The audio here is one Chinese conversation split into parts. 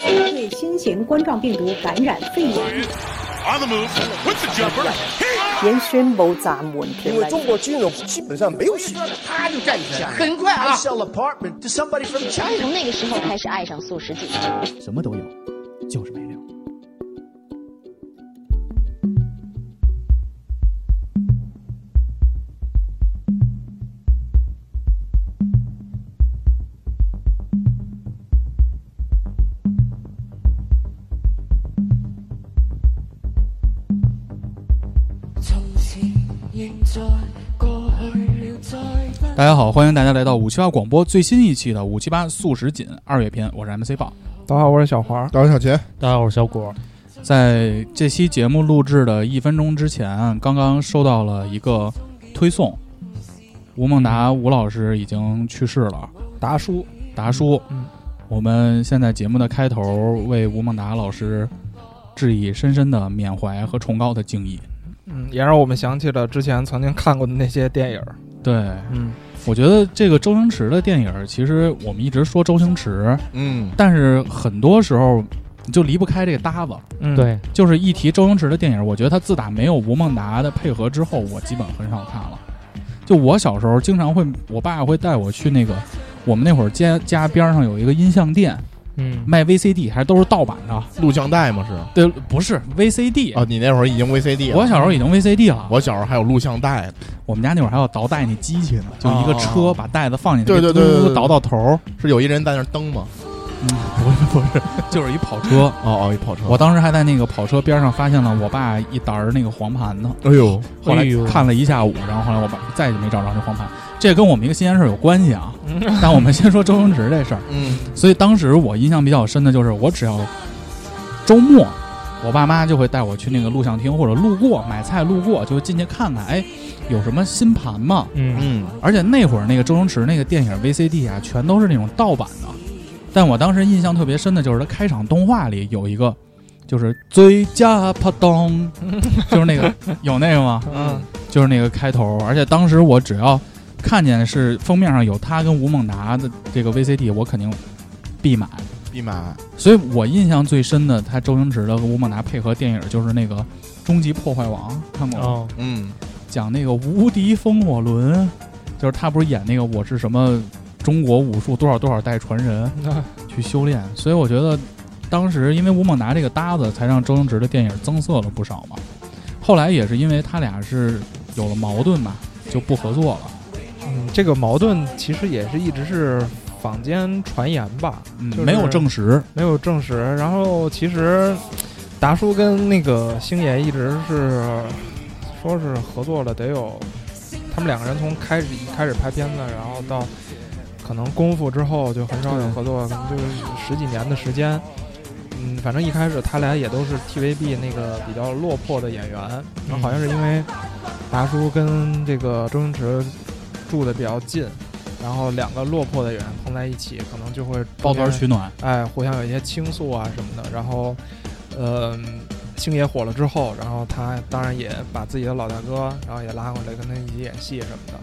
对新型冠状病毒感染肺炎 On the move with the jumper. He 已宣布暫緩條因为例。中国军人基本上没有洗衣，他就干一下，很快啊 I sell apartment to somebody from 从 China。那个时候开始爱上素食主义。什么都有，就是没料。大家好，欢迎大家来到五七八广播最新一期的五七八素食锦二月篇，我是 MC 豹。大家好，我是小华。大家小钱，大家好，我是小果。在这期节目录制的一分钟之前，刚刚收到了一个推送，吴孟达吴老师已经去世了，达叔，达叔。嗯我们现在节目的开头为吴孟达老师致以深深的缅怀和崇高的敬意。嗯，也让我们想起了之前曾经看过的那些电影。对，嗯，我觉得这个周星驰的电影，其实我们一直说周星驰，嗯，但是很多时候你就离不开这个搭子。嗯，对，就是一提周星驰的电影，我觉得他自打没有吴孟达的配合之后，我基本很少看了。就我小时候经常会，我爸会带我去那个我们那会儿家家边上有一个音像店，嗯，卖 VCD，还都是盗版的。录像带嘛是？对，不是 VCD，、哦，你那会儿已经 VCD 了。我小时候已经 VCD 了。我小时候还有录像带呢。我们家那会儿还有倒带那机器呢，就一个车哦把袋子放进去，对对对嘟嘟嘟对对倒到头儿，是有一人在那儿蹬吗？就是一跑车。哦哦，一跑车我当时还在那个跑车边上发现了我爸一沓儿那个黄盘呢。哎呦，后来哎呦看了一下午，然后后来我把再也没找着这黄盘，这跟我们一个新鲜事儿有关系 啊。但我们先说周星驰这事儿，嗯，所以当时我印象比较深的就是，我只要周末，我爸妈就会带我去那个录像厅或者路过买菜路过，就进去看看，哎，有什么新盘吗？嗯，嗯，而且那会儿那个周星驰那个电影 VCD 啊，全都是那种盗版的。但我当时印象特别深的就是他开场动画里有一个，就是最佳啪咚，就是那个有那个吗？嗯，就是那个开头，而且当时我只要看见是封面上有他跟吴孟达的这个 VCD，我肯定必买。必嗯买。所以我印象最深的，他周星驰的和吴孟达配合电影就是那个《终极破坏王》，看过吗？ 哦，嗯，讲那个无敌风火轮，就是他不是演那个我是什么中国武术多少多少代传人那去修炼，所以我觉得当时因为吴孟达这个搭子，才让周星驰的电影增色了不少嘛。后来也是因为他俩是有了矛盾嘛，就不合作了。嗯，这个矛盾其实也是一直是坊间传言吧，嗯，就是没有证实。没有证实。然后其实达叔跟那个星爷一直是说是合作了，得有他们两个人从开始一开始拍片子，然后到可能功夫之后就很少有对合作，可能就是十几年的时间。嗯，反正一开始他俩也都是 TVB 那个比较落魄的演员，然后好像是因为达叔跟这个周星驰住的比较近，然后两个落魄的演员碰在一起，可能就会抱团中间取暖，哎，互相有一些倾诉啊什么的。然后，呃，星爷火了之后，然后他当然也把自己的老大哥，然后也拉过来跟他一起演戏什么的。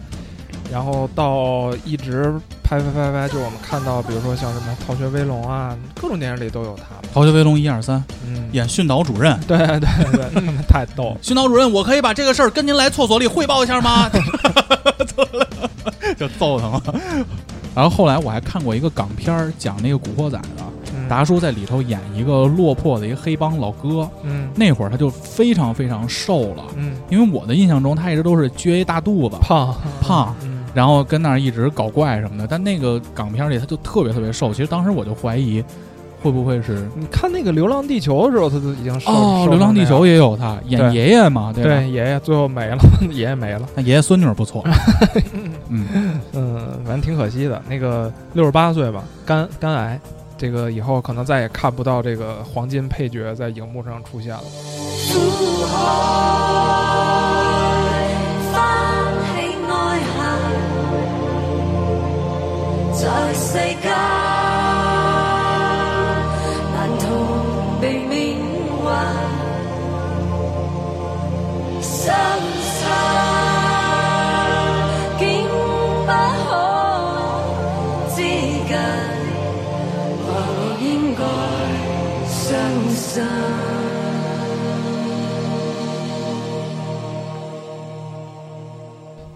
然后到一直拍拍拍拍，就我们看到，比如说像什么《逃学威龙》啊，各种电影里都有《他嘛。逃学威龙》一二三，嗯，演训导主任。对对对，他们太逗了。训导主任，我可以把这个事儿跟您来厕所里汇报一下吗？ 就揍他嘛。然后后来我还看过一个港片儿，讲那个《古惑仔》的，嗯达叔在里头演一个落魄的一个黑帮老哥，嗯那会儿他就非常非常瘦了，嗯，因为我的印象中他一直都是撅一大肚子，胖胖，嗯然后跟那儿一直搞怪什么的。但那个港片里他就特别特别瘦，其实当时我就怀疑，会不会是你看那个《流浪地球》的时候，他都已经瘦哦，《瘦流浪成那地样球》也有他演对爷爷嘛，对吧？对爷爷最后没了， 爷爷没了。那爷爷孙女儿不 错，嗯。嗯，反正挺可惜的。那个六十八岁吧，肝肝癌，这个以后可能再也看不到这个黄金配角在荧幕上出现了。 Hãy subscribe cho kênh Ghiền Mì Gõ Để không bỏ lỡ 應該相信。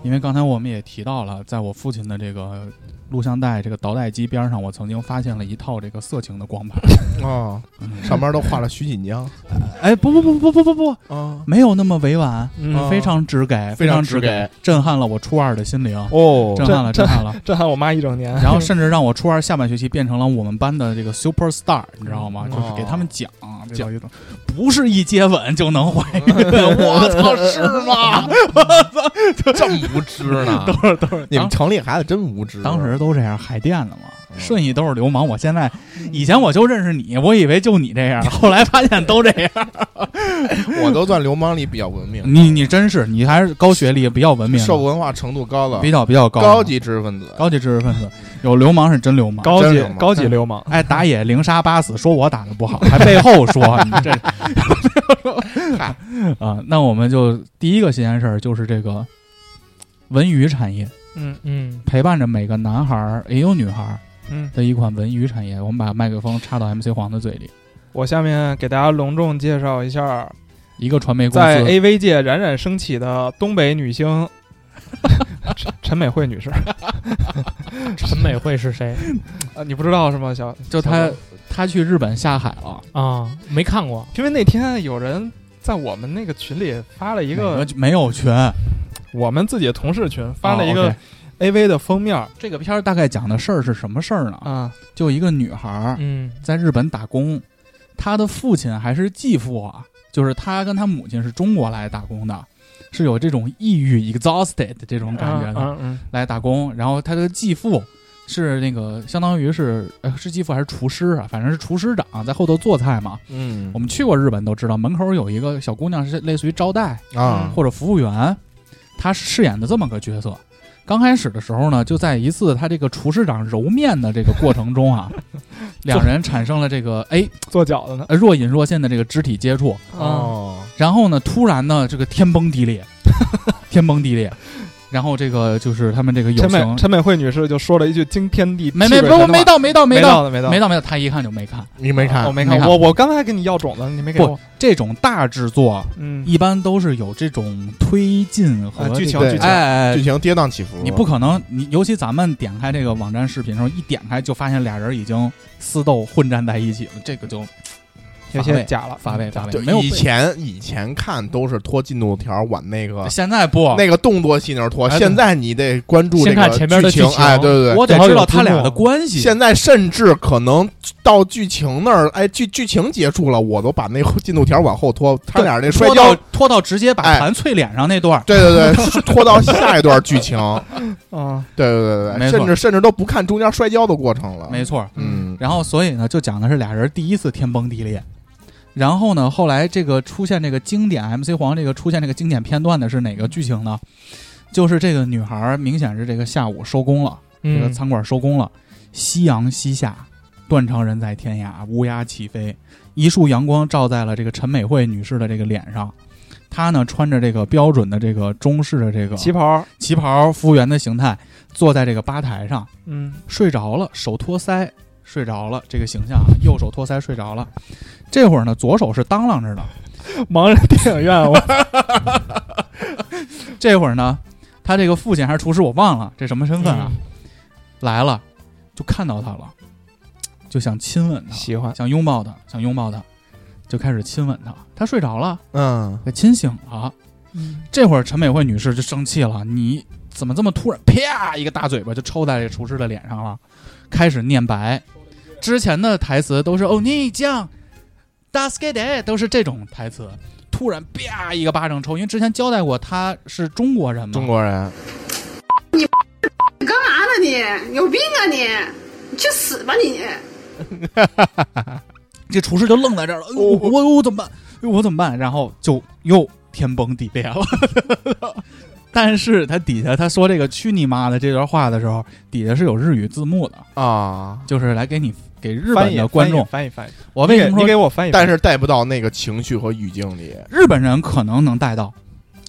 因为刚才我们也提到了，在我父亲的这个录像带、这个导带机边上，我曾经发现了一套这个色情的光 盘。哦，上边都画了徐锦 江哎，不不不不不不不，啊，没有那么委婉，嗯非常直给，非常常直直给给，震撼了我初二的心灵，哦震撼了，震震撼了。震撼我妈一整 年。然后甚至让我初二下半学期变成了我们班的这个 super star，你知道吗？嗯就是给他们哦讲讲一种，不是一接吻就能怀嗯孕，我操，是吗？这么无知呢？等会儿，等会儿，你们城里孩子真无知。啊当时都这样，海淀的哦嘛，顺义都是流氓。我现在以前我就认识你，我以为就你这样，后来发现都这样。我都算流氓里比较文明，你你真是，你还是高学历，比较文明的，受文化程度高了，比较比较高啊高级知识分子。高级知识分子。有流氓是真流氓，高真级流氓高级流氓，哎，打野零杀八死，说我打的不好，还背后说你这， 啊、那我们就第一个新鲜事儿就是这个文娱产业，嗯嗯陪伴着每个男孩儿也有女孩儿嗯，的一款文娱产业。我们把麦克风插到 MC 黄的嘴里，我下面给大家隆重介绍一下一个传媒公在司 AV 界冉冉升起的东北女星 陈陈美惠女 士，陈美惠是谁啊，你不知道是吗？小就小她哥她去日本下海了，啊？没看过，因为那天有人在我们那个群里发了一一个没有群，我们自己的同事群发了一哦个，OK AV 的封面这个片儿大概讲的事儿是什么事儿呢？啊，就一个女孩儿，嗯在日本打工，他的父亲还是继父啊，就是他跟他母亲是中国来打工的，是有这种抑郁 exhausted 这种感啊觉的、嗯嗯来打工。然后他的继父是那个相当于是呃是继父还是厨师啊，反正是厨师长在后头做菜嘛。嗯我们去过日本都知道，门口有一个小姑娘是类似于招待啊，或者服务员，她饰演的这么个角色。刚开始的时候呢，就在一次他这个厨师长揉面的这个过程中啊，两人产生了这个哎做饺子呢，呃若隐若现的这个肢体接触，啊，哦，然后呢，突然呢，这个天崩地裂， 天崩地裂，然后这个就是他们这个友陈情美，陈美惠女士就说了一句惊天地泣没没鬼神的不话，没到没到没到的没到没到没到，他一看就没看。你没看我没没看我我刚才跟你要种子，你没给不我，这种大制作嗯，一般都是有这种推进和啊这剧情个剧情哎，哎剧情跌宕起伏？你不可能，你尤其咱们点开这个网站视频的时候，一点开就发现俩人已经私斗混战在一起了，这个就有乏些味假了，乏味乏味就，没有以前以前看都是拖进度条往那个现在不那个动作戏那儿拖，哎哎对现在你得关注这先看个前面的剧情剧，情哎，对对对。我得正好知道有字他俩幕的关系。现在甚至可能到剧情那儿，哎，剧剧情结束了，我都把那进度条往后拖，他俩那摔拖跤到，拖到直接把哎盘啐脸上那段儿，对对对， 拖到下一段剧 情，嗯，对对对对，没错甚至甚至都不看中间摔跤的过程了，没错儿。嗯，然后所以呢，就讲的是俩人第一次天崩地裂。然后呢，后来这个出现这个经典 MC 黄这个出现这个经典片段的是哪个剧情呢？就是这个女孩儿明显是这个下午收工了，这个嗯，餐馆收工了，夕阳西下，断肠人在天涯，乌鸦齐飞，一束阳光照在了这个陈美惠女士的这个脸上。她呢穿着这个标准的这个中式的这个旗袍，旗袍服务员的形态，坐在这个吧台上，嗯，睡着了，手托腮睡着了，这个形象啊，右手托腮睡着了。这会儿呢，左手是当啷着的，嗯 盲人电影院， 我这会儿呢，他这个父亲还是厨师，我忘了这什么身份啊，来了就看到他了，就想亲吻他，喜欢，想拥抱他，想拥抱他，就开始亲吻他。他睡着了，嗯，给亲醒了。这会儿陈美惠女士就生气了，你怎么这么突然？啪，一个大嘴巴就抽在这厨师的脸上了，开始念白。之前的台词都是哦，你酱 d a s k e 都是这种台词。突然啪一个巴掌抽，因为之前交代过他是中国人嘛，中国人，你干嘛呢你？有病啊你！你去死吧你！这厨师就愣在这儿了，哎呦哦我我我怎么办？哎呦我怎么办？然后就又天崩地裂了。 但是他底下他说这个“去你妈的”这段话的时候，底下是有日语字幕的，啊，就是来给你给日翻本译的观众。翻译翻译，我为什你么给你给说我翻译，但是带不到那个情绪和语境里，日本人可能能带到？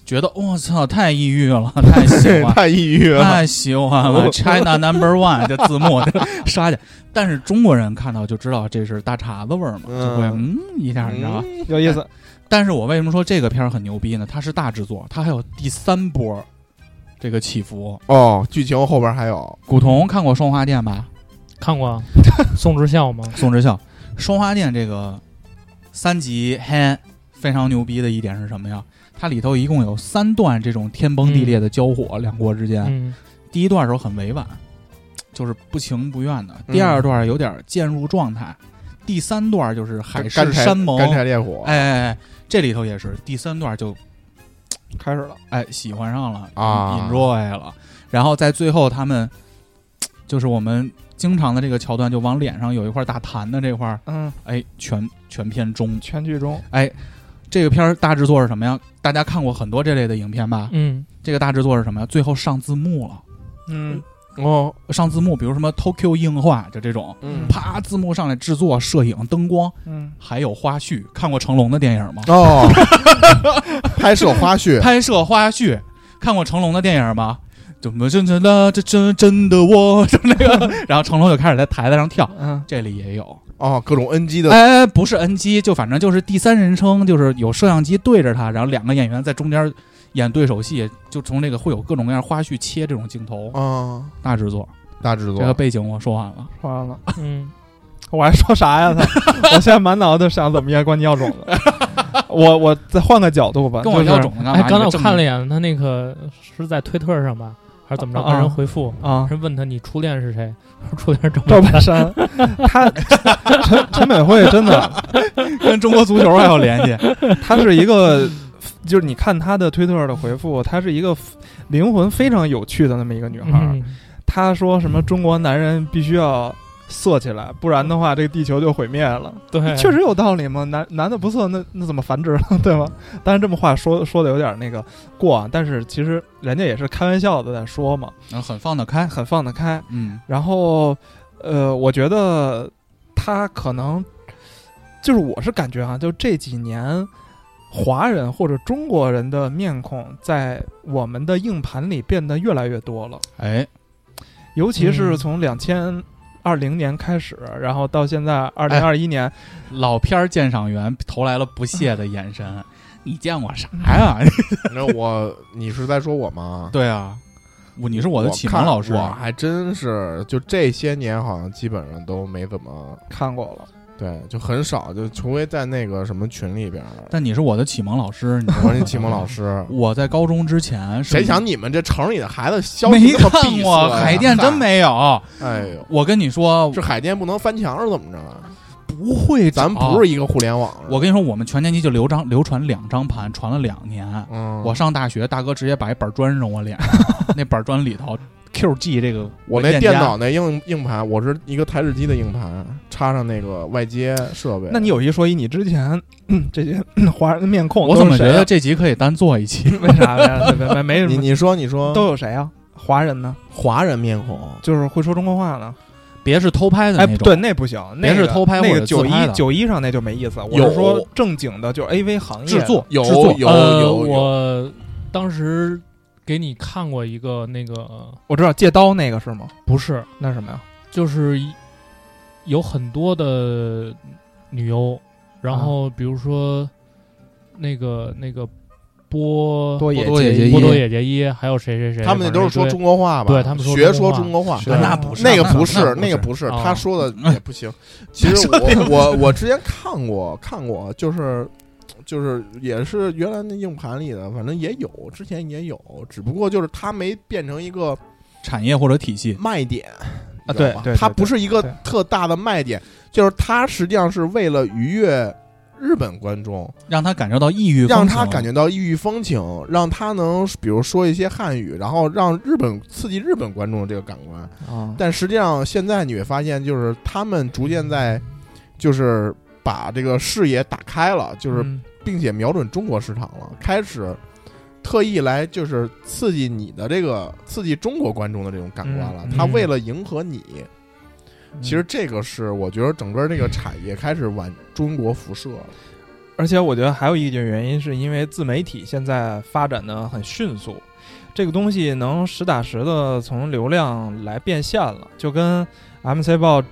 觉得我操，太抑郁了，太喜欢 了。太抑郁了。太喜欢了，China Number One 这字幕杀去， 但是中国人看到就知道这是大碴子味儿嘛，就会嗯一下，你知道吧？嗯有意思，但是我为什么说这个片儿很牛逼呢？它是大制作，它还有第三波这个起伏。哦，剧情后边还有古潼看过《双花店》吧？看过啊宋智孝吗？宋智孝，《双花店》这个三 级黑非常牛逼的一点是什么呀？它里头一共有三段这种天崩地裂的交火，两国之间。嗯，第一段的时候很委婉，就是不情不愿的；第二段有点渐入状态；第三段就是海干誓柴山盟。干柴烈火。哎哎哎，这里头也是第三段就开始了，哎喜欢上了啊，enjoy 了。然后在最后，他们就是我们经常的这个桥段，就往脸上有一块大痰的这块儿，嗯，哎，全全片中哎全剧终，这个片儿大制作是什么呀？大家看过很多这类的影片吧？嗯这个大制作是什么呀？最后上字幕了，嗯哦，上字幕，比如什么 Tokyo 硬化，就这种，嗯啪，字幕上来，制作、摄影、灯光，嗯，还有花絮。看过成龙的电影吗？哦， 拍摄花絮，拍摄花絮，看过成龙的电影吗？怎么真真的这真真的我就那个， 然后成龙就开始在台子上跳，嗯，这里也有。哦，各种 NG 的，哎，不是 NG，就反正就是第三人称，就是有摄像机对着他，然后两个演员在中间演对手戏，就从这个会有各种各样花絮切这种镜头，啊，大制作。大制作这个背景我说完了，说完了， 嗯，我还说啥呀？ 他，我现在满脑子想怎么夜关你要种子。我我再换个角度吧，跟我就是要种子干嘛？哎，刚才你我这么看了一眼，他那个是在推特上吧，还是怎么着？啊啊跟人回复，啊，人问他你初恋是谁？ 说初恋是 赵赵本本山，他陈陈美惠真的， 跟中国足球 还有联系。他是一个，就是你看他的推特的回复，她是一个灵魂非常有趣的那么一个女孩儿。嗯她说什么中国男人必须要色起来，不然的话这个地球就毁灭了。对，确实有道理嘛，男男的不色，那那怎么繁殖了， 对吗？但是这么话说说的有点那个过，啊，但是其实人家也是开玩笑的在说嘛，然嗯后很放得开，很放得开。嗯，然后，呃，我觉得他可能就是我是感觉啊，就这几年华人或者中国人的面孔在我们的硬盘里变得越来越多了，哎，尤其是嗯从两千二零年开始，然后到现在二零二一年，老片儿鉴赏员投来了不屑的眼 神。你见过啥呀？那我你是在说我吗？对啊，我你是我的启蒙看老师我啊。还真是就这些年好像基本上都没怎么看过了，对，就很少，就除非在那个什么群里边儿。但嗯你是我的启蒙老师，你知道吗，我是你启蒙老师我在高中之前是谁想你们这城里的孩子消息没那么闭看塞过啊海淀真。没有。哎呦，我跟你说这，海淀不能翻墙是怎么着啊？不会找，咱不是一个互联网。啊我跟你说，我们全年级就流张流传两张盘，传了两年。嗯，我上大学，大哥直接把一板砖扔我 脸上，那板砖里头 QG 这个我文那件电夹脑那硬硬盘，我是一个台式机的硬盘，插上那个外接设哎备。那你有一说一，你之前、嗯这些、 嗯华人的面孔我都怎是么觉谁得啊这集可以单做一 期？为啥呀？没没你没什么，你说你说都有谁啊？华人呢，华人面孔，就是会说中国话呢。别是偷拍的哎，那种。对，那不行，那别个是偷拍那或个者九自一拍的九一上那就没意思。我有是说正经的，就是 AV 行业制作有制作有呃，有有，我当时给你看过一个那个，我知道借刀那个是吗？不是，那什么呀？就是一有很多的女优，然后啊比如说那个那个波多多野野结结衣波衣，多野结衣，还有谁谁谁，他们那都是说反正一堆中国话吧？对他们说学中国说话中国话，对啊那不是那个不那是，那个不不是，哦他说的也不行。其实我我我之前看过看过，就是就是也是原来那硬盘里的，反正也有，之前也有，只不过就是它没变成一个产业或者体系。卖点啊你知道吧对对对它不是一个对特大的卖点，就是它实际上是为了愉悦。日本观众让他感受到异域，让他感觉。到异域风情，让他能比如说一些汉语，然后让日本刺激日本观众的这个感官。啊，但实际上，现在你会发现，就是他们逐渐在，就是把这个视野打开了，就是嗯并且瞄准中国市场了，开始特意来就是刺激你的这个刺激中国观众的这种感官了嗯。他嗯为了迎合你，嗯其实这个是我觉得整个这个产业开始往中国辐射了。而且我觉得还有一点原因，是因为自媒体现在发展的很迅速，这个东西能实打实的从流量来变现了，就跟 MC 报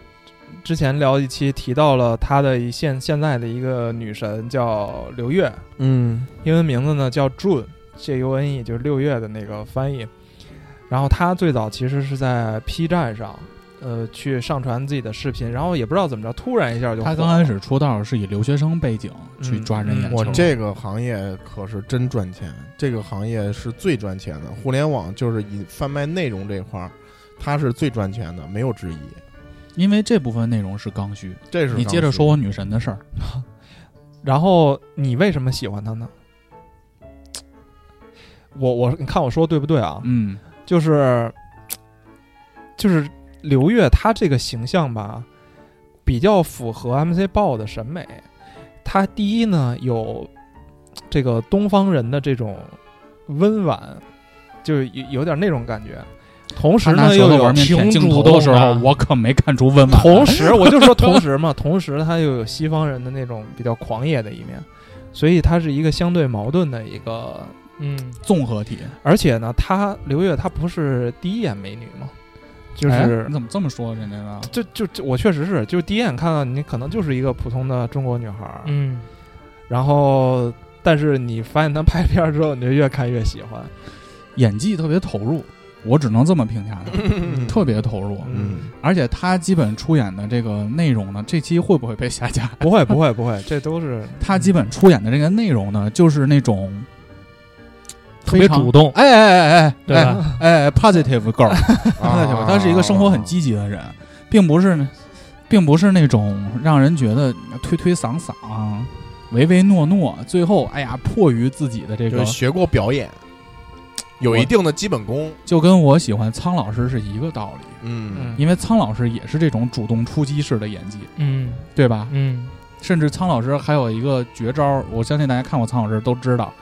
之前聊一期提到了他的一现现在的一个女神叫刘月，嗯英文名字呢叫 June，J U N E，就是六月的那个翻译。然后他最早其实是在 P 站上，呃，去上传自己的视频，然后也不知道怎么着，突然一下就他火刚了开始出道是以留学生背景去抓人眼球，我这个行业可是真赚钱，这个行业是最赚钱的。互联网就是以贩卖内容这一块儿，它是最赚钱的，没有之一。因为这部分内容是刚需。这是你接着刚需说我女神的事儿，然后你为什么喜欢他呢？我我你看我说对不对啊？嗯，就是就是刘月她这个形象吧，比较符合 MC 报的审美。她第一呢有这个东方人的这种温婉，就是有有点那种感觉。同时他拿呢舌又头有玩面舔挺镜主头动的时候，啊我可没看出温婉。同时，我就说同时嘛，同时他又有西方人的那种比较狂野的一面，所以他是一个相对矛盾的一个。嗯，综合体，而且呢，她刘月她不是第一眼美女嘛，就哎是你怎么这么说人家呢？就就就我确实是，就是第一眼看到你可能就是一个普通的中国女孩啊儿，嗯，然后但是你发现她拍片儿之后，你就越看越喜 欢。演技特别投入，我只能这么评价他，特别投入。嗯，而且他基本出演的这个内容呢，这期会不会被下架？不会不会不会，这都是他基本出演的这个内容呢，就是那种特别非常主动，哎哎哎哎，对吧？哎哎，positive girl， 啊他是一个生活很积极的人，并不是，并不是那种让人觉得推推搡搡、啊唯唯诺诺，最后哎呀，迫于自己的这就是个，学过表演，有一定的基本功。就跟我喜欢苍老师是一个道理， 嗯，因为苍老师也是这种主动出击式的演技，嗯对吧？嗯甚至苍老师还有一个绝招，我相信大家看过苍老师都知道，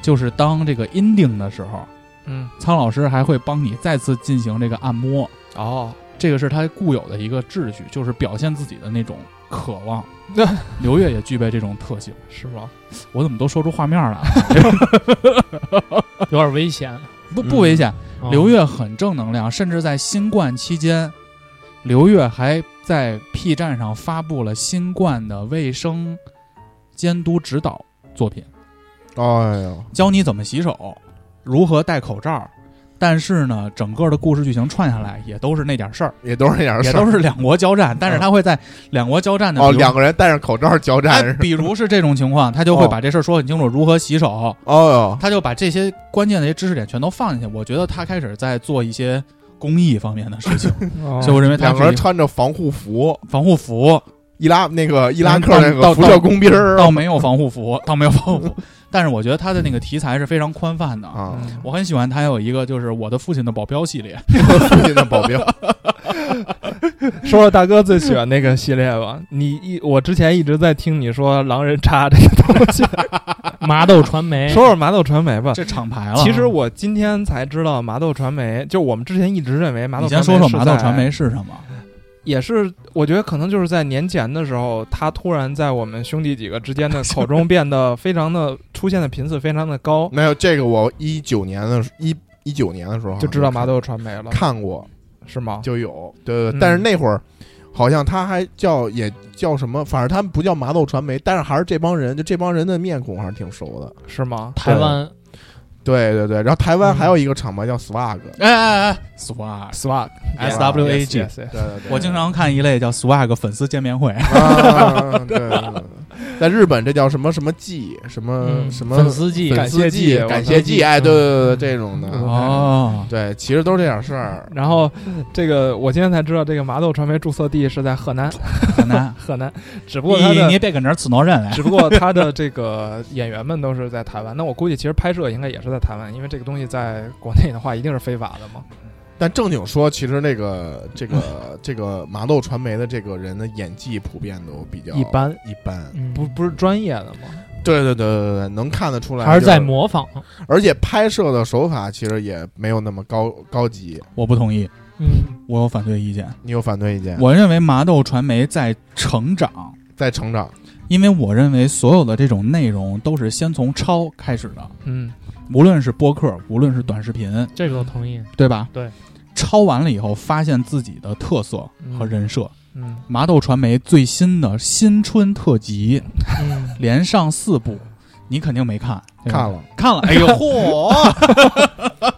就是当这个 ending 的时候，嗯苍老师还会帮你再次进行这个按摩，哦， 这个是他固有的一个秩序，就是表现自己的那种渴望。 刘月也具备这种特性，是 吗？我怎么都说出画面来了？有点危险。不不危险，嗯哦刘月很正能量，甚至在新冠期间，刘月还在 P 站上发布了新冠的卫生监督指导作品。哎呦，教你怎么洗手，如何戴口罩。但是呢，整个的故事剧情串下来也都是那点事儿，也都是那点儿事也儿，都是两国交战。但是他会在两国交战的哦，比如两个人戴上口罩交哎战。是吧比如是这种情况，他就会哦把这事儿说很清楚，如何洗手，哦他就把这些关键的一些知识点全都放进去。我觉得他开始在做一些公益方面的事情，哦所以我认为呦，他两是个人一穿着防护服，防护服伊拉那个伊拉克那到个到辐射工兵儿倒没有防护服，倒没有防护服，但是我觉得他的那个题材是非常宽泛的。啊， 嗯我很喜欢他有一个就是我的父亲的保镖系列，附近的保镖。说说大哥最喜欢那个系列吧。你一我之前一直在听你说狼人杀这个东 西，麻豆传媒， 说说麻豆传媒吧。这厂牌了。啊其实我今天才知道麻豆传媒，就我们之前一直认为麻豆你传先媒说说是麻豆在传媒，是什么？也是我觉得可能就是在年前的时候，他突然在我们兄弟几个之间的口中变得非常的出现的频次非常的高，没有这个，我一九年的时一一九年的时候就知道麻嘛，豆传媒了，看过是吗？就有，对对嗯对。但是那会儿好像他还叫也叫什么，反正他们不叫麻豆传媒，但是还是这帮人，就这帮人的面孔还是挺熟的。是吗？台湾对对对，然后台湾嗯还有一个厂牌叫 Swag，哎哎哎，swag swag S W A G， yes, yes, yes 对对对，我经常看一类叫 swag 粉丝见面会，啊，对对，对在日本这叫什么什么季，什么嗯什么粉丝季粉丝季、感感谢谢季季，哎，对对对，对这种的，哦，对，其实都是这点事儿。然后嗯这个我今天才知道，这个麻豆传媒注册地是在河南，很难。河南，只不过他你的你别搁那儿刺挠人来，只不过他的这个演员们都是在台湾，那我估计其实拍摄应该也是在台湾，因为这个东西在国内的话一定是非法的嘛。但正经说，其实那个这个这个麻豆传媒的这个人的演技普遍都比较一般，一般。不不不是专业的嘛。对对对对对，能看得出来，还是在就模仿，而且拍摄的手法其实也没有那么高高级。我不同意，嗯 我有反对意见。你有反对意见？我认为麻豆传媒在成长在成长。因为我认为所有的这种内容都是先从抄开始的，嗯，无论是播客，无论是短视频，这个我同意。对吧？对，抄完了以后，发现自己的特色和人设。嗯麻豆传媒最新的新春特辑 嗯，连上四部，你肯定没看，对吧看了，看了，哎呦，嚯，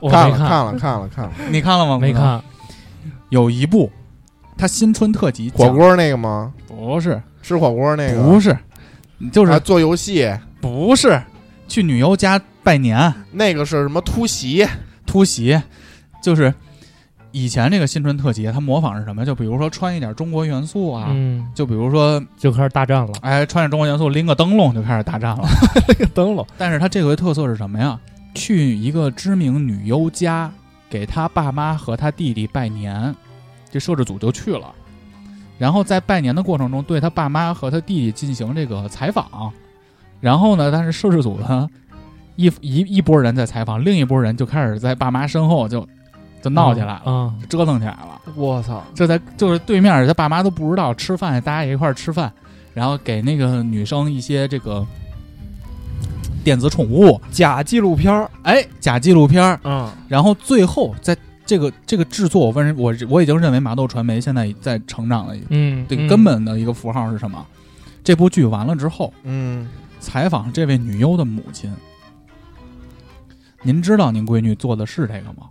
我看没了，看了，看了，看了。你看了吗？没看，有一部，它新春特辑火讲锅那个吗？不是吃火锅那个？啊不是，就是还做游戏不是去女优家拜年那个是什么突袭？突袭，就是以前这个新春特辑，它模仿是什么？就比如说穿一点中国元素啊，嗯，就比如说就开始大战了，哎穿着中国元素拎个灯笼就开始大战了。灯笼，但是它这回特色是什么呀？去一个知名女优家给她爸妈和她弟弟拜年，这摄制组就去了。然后在拜年的过程中，对她爸妈和她弟弟进行这个采访。然后呢，但是摄制组呢，一一一拨人在采访，另一拨人就开始在爸妈身后就就闹起来嗯了，啊，折腾起来了。我操，这在就是对面他爸妈都不知道吃饭，大家也一块儿吃饭，然后给那个女生一些这个电子宠物，假纪录片儿，哎，假纪录片儿，嗯然后最后在这个这个制作，我问我我已经认为麻豆传媒现在在成长的一个嗯，这嗯个根本的一个符号是什么？这部剧完了之后，嗯，采访这位女优的母亲，您知道您闺女做的是这个吗？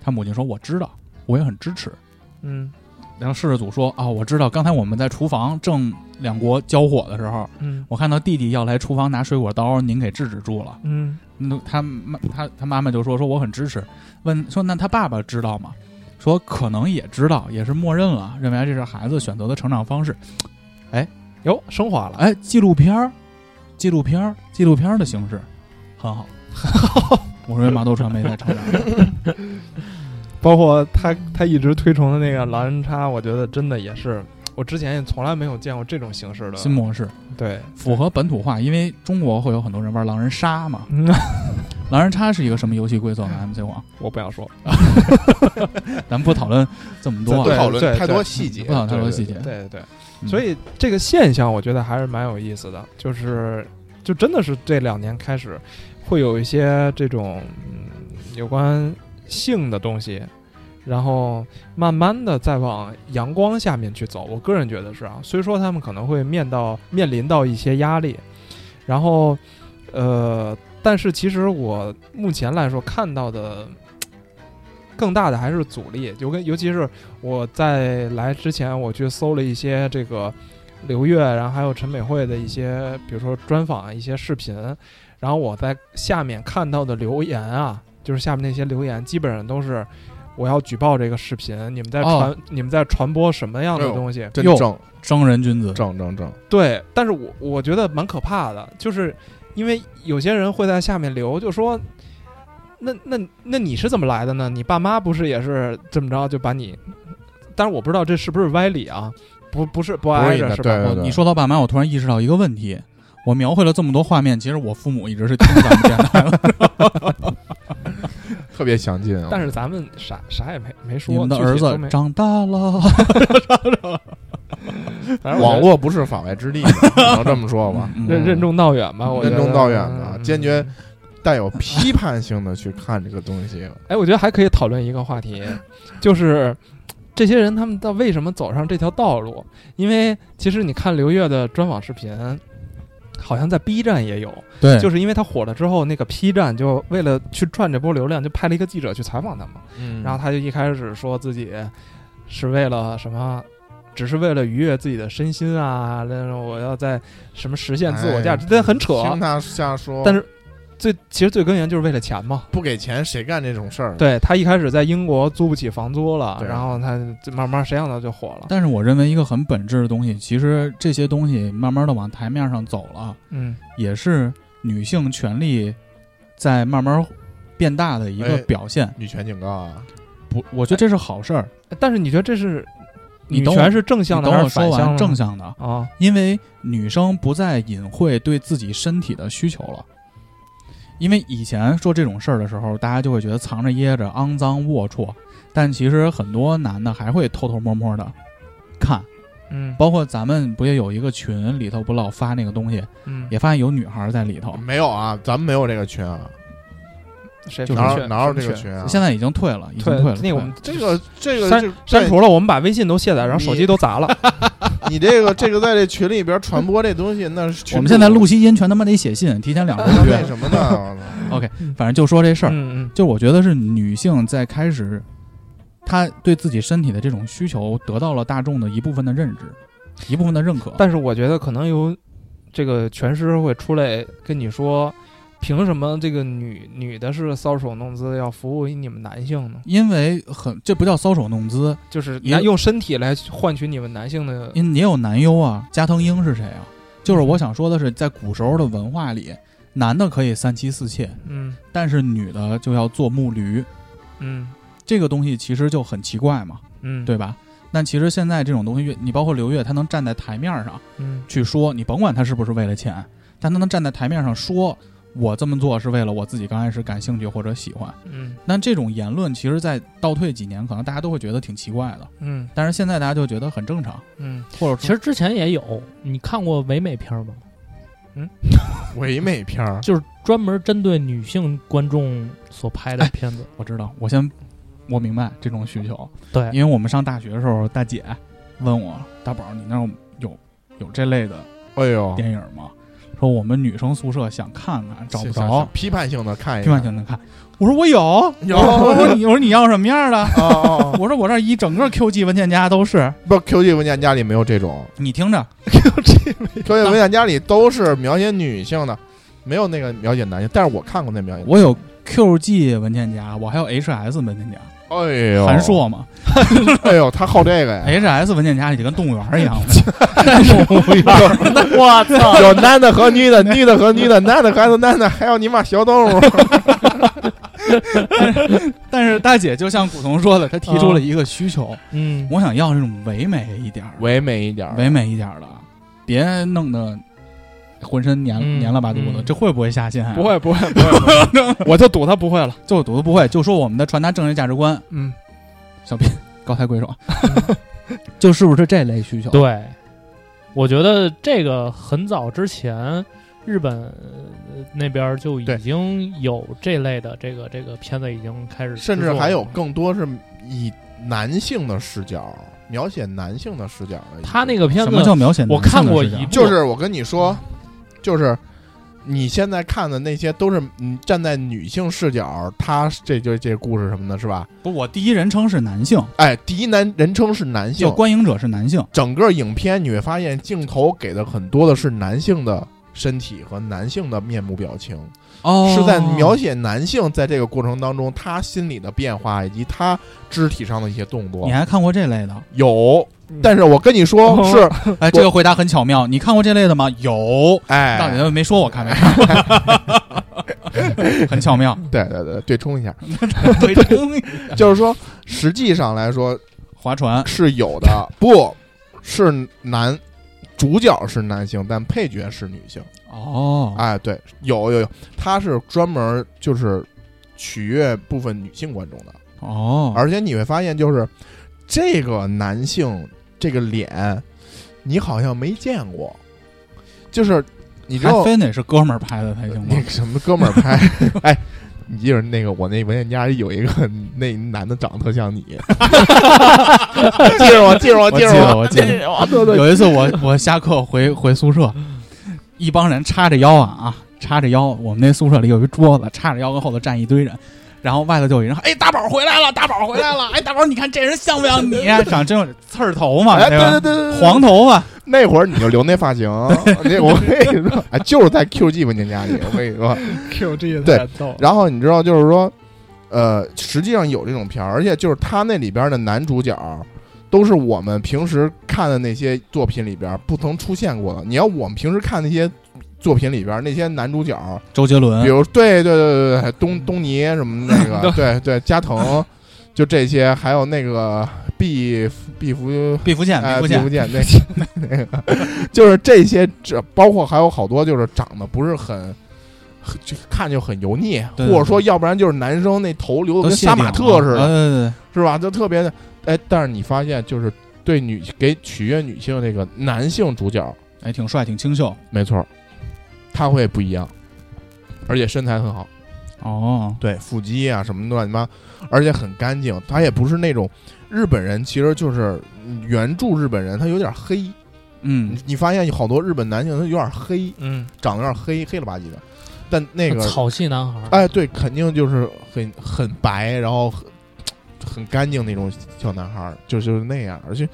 她母亲说：“我知道，我也很支持。”嗯然后摄制组说：“啊、我知道，刚才我们在厨房正两国交火的时候，嗯我看到弟弟要来厨房拿水果刀，您给制止住了。嗯那他妈他他妈妈就说说我很支持，问说那他爸爸知道吗？说可能也知道，也是默认了，认为这是孩子选择的成长方式。哟，升华了，哎，纪录片儿，纪录片儿，纪录片儿的形式很好。 我认为麻豆传媒在成长。包括他他一直推崇的那个狼人杀，我觉得真的也是，我之前也从来没有见过这种形式的新模式，对，符合本土化，因为中国会有很多人玩狼人杀嘛。嗯，狼人杀是一个什么游戏规则呢？MC 网。我不想说，咱们不讨论这么多不对啊，讨论对太多细节不，讨论太多对细节。对对对，嗯所以这个现象我觉得还是蛮有意思的，就是就真的是这两年开始会有一些这种嗯有关性的东西，然后慢慢的再往阳光下面去走。我个人觉得是啊，虽说他们可能会面到面临到一些压力，然后呃，但是其实我目前来说看到的。更大的还是阻力，就跟尤其是我在来之前，我去搜了一些这个刘月，然后还有陈美惠的一些，比如说专访啊一些视频，然后我在下面看到的留言啊，就是下面那些留言，基本上都是我要举报这个视频，你们在传、哦你们在传播什么样哎的呦东西？真哟正正人君子，正正正，对，但是我我觉得蛮可怕的，就是因为有些人会在下面留，就说，那那那你是怎么来的呢？你爸妈不是也是这么着就把你？但是我不知道这是不是歪理啊，不不是不挨你着的是吧？对对我对，哦你说到爸妈，我突然意识到一个问题。我描绘了这么多画面，其实我父母一直是听咱们电台 的。特别详尽啊。但是咱们啥啥也没没说，你们的具体儿都子没长大了，反正我网觉络不是法外之 地，能这么说吧？ 嗯得任任重道远吧，我觉得任重道远啊嗯坚决带有批判性的去看这个东西，哎，我觉得还可以讨论一个话题，就是这些人他们到为什么走上这条道路？因为其实你看刘烨的专访视频，好像在 B 站也有，嗯对，就是是因为他火了之后，那个 P 站就为了去赚这波流量，就派了一个记者去采访他嘛。嗯然后他就一开始说自己是为了什么。只是为了愉悦自己的身心啊，那种我要在什么实现自我价值，这很扯。哎啊听他瞎说，但是最其实最根源就是为了钱嘛。不给钱谁干这种事儿？对他一开始在英国租不起房租了，对然后他就慢慢谁让他就火了。但是我认为一个很本质的东西，其实这些东西慢慢的往台面上走了，嗯也是女性权利在慢慢变大的一个哎表现。女权警告啊！不，我觉得这是好事儿。但是你觉得这是你女等权我是正你哎向的等还我是说反向完呢正向的，啊？因为女生不再隐晦对自己身体的需求了。因为以前说这种事儿的时候，大家就会觉得藏着掖着、肮脏龌龊，但其实很多男的还会偷偷摸摸的看，嗯包括咱们不也有一个群，里头不老发那个东西，嗯，也发现有女孩在里头，没有啊，咱们没有这个群啊，谁就什么哪有群哪有什么这个群啊？现在已经退了，已经退退了。那个退我们了这个这个删就删除了，我们把微信都卸载，然后手机都 砸了。你这个这个在这群里边传播这东西，那是群我们现在录期音全他妈得写信，提前两周那为约。什么呢我操？反正就说这事儿，嗯就我觉得是女性在开始，她对自己身体的这种需求得到了大众的一部分的认知，一部分的认可。但是我觉得可能有这个全师会出来跟你说，凭什么这个女女的是搔首弄姿要服务于你们男性呢？因为很这不叫搔首弄姿，就是也用身体来换取你们男性的，因也有男优啊。加藤鹰是谁啊？就是我想说的是，在古时候的文化里，男的可以三妻四妾，嗯但是女的就要做木驴，嗯这个东西其实就很奇怪嘛，嗯，对，吧？但其实现在这种东西，你包括刘烨，他能站在台面上嗯去说，你甭管他是不是为了钱，但他能站在台面上说，我这么做是为了我自己刚开始感兴趣或者喜欢。嗯那这种言论，其实，在倒退几年，可能大家都会觉得挺奇怪的，嗯但是现在大家就觉得很正常，嗯，或者其说实之前也有，你看过唯美片吗？唯美片儿，就是专门针对女性观众所拍哎的片子。我知道，我先我明白这种需求，对，因为我们上大学的时候，大姐问我大宝，你那儿有有这类的哎呦，电影吗？说我们女生宿舍想看看，找不行行着行，批判性的看一批判看，性的看。我说我有，有我说你，我说你要什么样的？哦哦，哦 我说我这一整个 QG 文件夹都是。不，QG 文件夹里没有这种你听着， ，QG 文件夹里都是描写女性的，没有那个描写男性。但是我看过那描写，我有 QG 文件夹，我还有 HS 文件夹，哎呦，函，数嘛。哎呦，他好这个呀， HS 文件夹里就跟动物园 一样的，动物园。我操！有男的和女的，女的和女的，男的还有男的，还有你妈小动物，但是大姐就像古潼说的，她提出了一个需求，嗯，我想要这种唯美一点儿、唯美一点儿唯美一点儿的，别弄得浑身黏嗯黏了吧嘟的，嗯这会不会下线啊？不会不会不会不会， 我就赌他不会了。就读的不会，就说我们的传达政治价值观，嗯小编高抬贵手，就是不是这类需求？，啊对，我觉得这个很早之前，日本呃那边就已对经有这类的这个这个片子已经开始制作甚了，至还有更多是以男性的视角描写男性的视角的一些。他那个片什子么叫描写男性的我看过视角一部就是 我跟你说，就是你现在看的那些都是嗯站在女性视角，他这就这故事什么的，是吧？不，我第一人称是男性，哎，第一男人称是男就性，观影者是男性，整个影片你会发现镜头给的很多的是男性的身体和男性的面部表情，哦是在描写男性在这个过程当中他心理的变化以及他肢体上的一些动作你。还嗯看过这类 的？有，但是我跟你说哦是，哎，这个回答很巧妙。你看过这类的吗？有，哎，大姐没说我看没 看，很巧妙。对对对，对冲一下，对， 就是说，实际上来说，划船是有的，不是男主角是男性，但配角是女性。哦，哎，对，有有有，他是专门就是取悦部分女性观众的，哦，而且你会发现，就是这个男性这个脸，你好像没见过，就是你知还道非得是哥们儿拍的才行吗那？个什么哥们儿拍，哎。你记着那个我那文件夹里有一个那男的长得特像你，记着我，记着我，我记记着得，我，我记得。啊对对，有一次我我下课回回宿舍，一帮人叉着腰啊啊，叉着腰。我们那宿舍里有一桌子，叉着腰跟后头站一堆人，然后外头就有一人喊，哎，大宝回来了，大宝回来了，哎，大宝，你看这人像不像你？啊 长真有刺儿头嘛，哎，对吧？对对对，对黄头发，那会儿你就留那 发型，那我跟你说，哎，就是在 QG 文件夹里，我跟你说。 ，QG 对太逗了。 然后你知道，就是说，呃，实际上有这种片儿，而且就是他那里边的男主角，都是我们平时看的那些作品里边不曾出现过的。你要我们平时看那些作品里边那些男主角，嗯周杰比伦，如对对对对对，东东尼什么那个，对 对，加藤，就这些，还有那个毕毕福。毕福剑，哎，毕福不剑， 见那 个那个，就是这些，这包括还有好多就是长得不是很。很就看就很油腻，对或者说，要不然就是男生那头留的都跟谢杀马顶了特似的，啊对对对，是吧？就特别的，哎，但是你发现就是对女给取悦女性这个男性主角，哎，挺帅，挺清秀没错儿，他会不一样，而且身材很好，哦。对腹肌啊什么乱七八，而且很干净。他也不是那种日本人，其实就是嗯原著日本人，他有点黑。嗯你，你发现有好多日本男性他有点黑，嗯，长得有点黑，黑了吧唧的。但那个草系男孩儿，哎，对，肯定就是很很白，然后很很干净那种小男孩儿，就就是那样，而且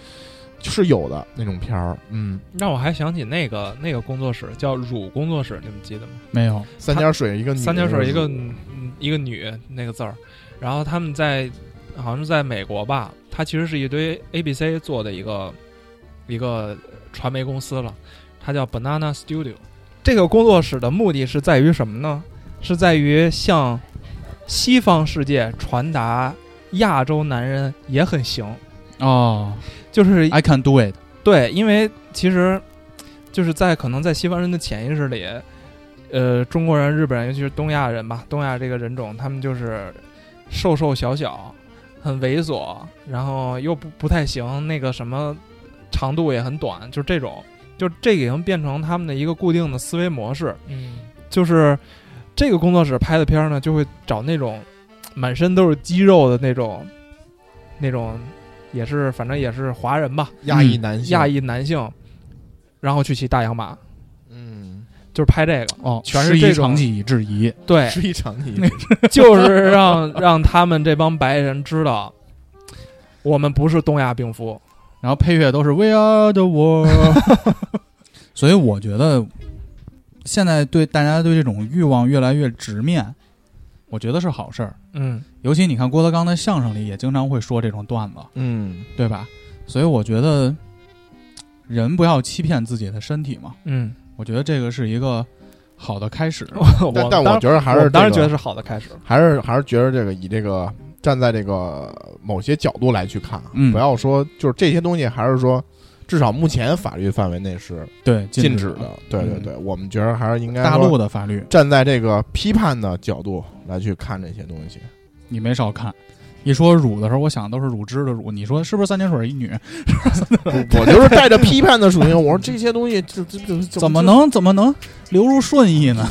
是有的那种片儿，嗯，让我还想起那个那个工作室叫乳工作室，你们记得吗？没有，三点水一个女，三点水一个嗯一个女那个字儿，然后他们在好像是在美国吧，它其实是一堆 ABC 做的一个一个传媒公司了，它叫 Banana Studio。这个工作室的目的是在于什么呢？是在于向西方世界传达亚洲男人也很行，嗯哦就是，I can do it。对，因为其实就是在可能在西方人的潜意识里，呃，中国人、日本人，尤其是东亚人吧，东亚这个人种，他们就是瘦瘦小小，很猥琐，然后又不不太行，那个什么长度也很短，就是这种，就这个已经变成他们的一个固定的思维模式。嗯，就是这个工作室拍的片儿呢，就会找那种满身都是肌肉的那种，那种也是反正也是华人吧，亚裔男性，嗯亚，裔男性，然后去骑大洋马，嗯，就是拍 这个，哦，全是这质疑种长计以制疑。对，是一场体， 就是让 让他们这帮白人知道，我们不是东亚病夫，然后配乐都是 We Are the World，所以我觉得现在对大家对这种欲望越来越直面，我觉得是好事儿。嗯，尤其你看郭德纲的相声里也经常会说这种段子，嗯，对吧？所以我觉得人不要欺骗自己的身体嘛，嗯，我觉得这个是一个好的开始。我但但我当觉得还是我这当然个觉得是好的开始，还是还是觉得这个以这个站在这个某些角度来去看，啊嗯不要说就是这些东西，还是说至少目前法律范围内是对，禁止止嗯的，。对对对，我们觉得还是应该大说陆的法律站在这个批判的角度来去看这些东西。你没少看。一说乳的时候，我想的都是乳汁的乳。你说是不是三点水一女？我就是带着批判的属 性，我说这些东西这这这怎么能怎么能流入顺义呢？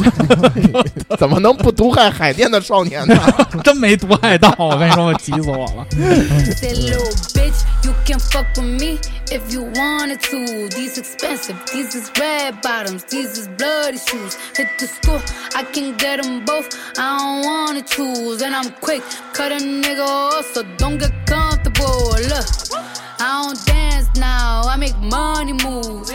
怎么能不毒害海淀的少 年呢？真没毒害到，我跟你说，我急死我了。 That little bitch, you can fuck with me if you wanted to. These expensive, these is red bottoms, these is bloody shoes. Hit the school, I can get them both. I don't wanna choose, and I'm quick, cut a nigga off, so don't get comfortable. Look, I don't dance now, I make money moves.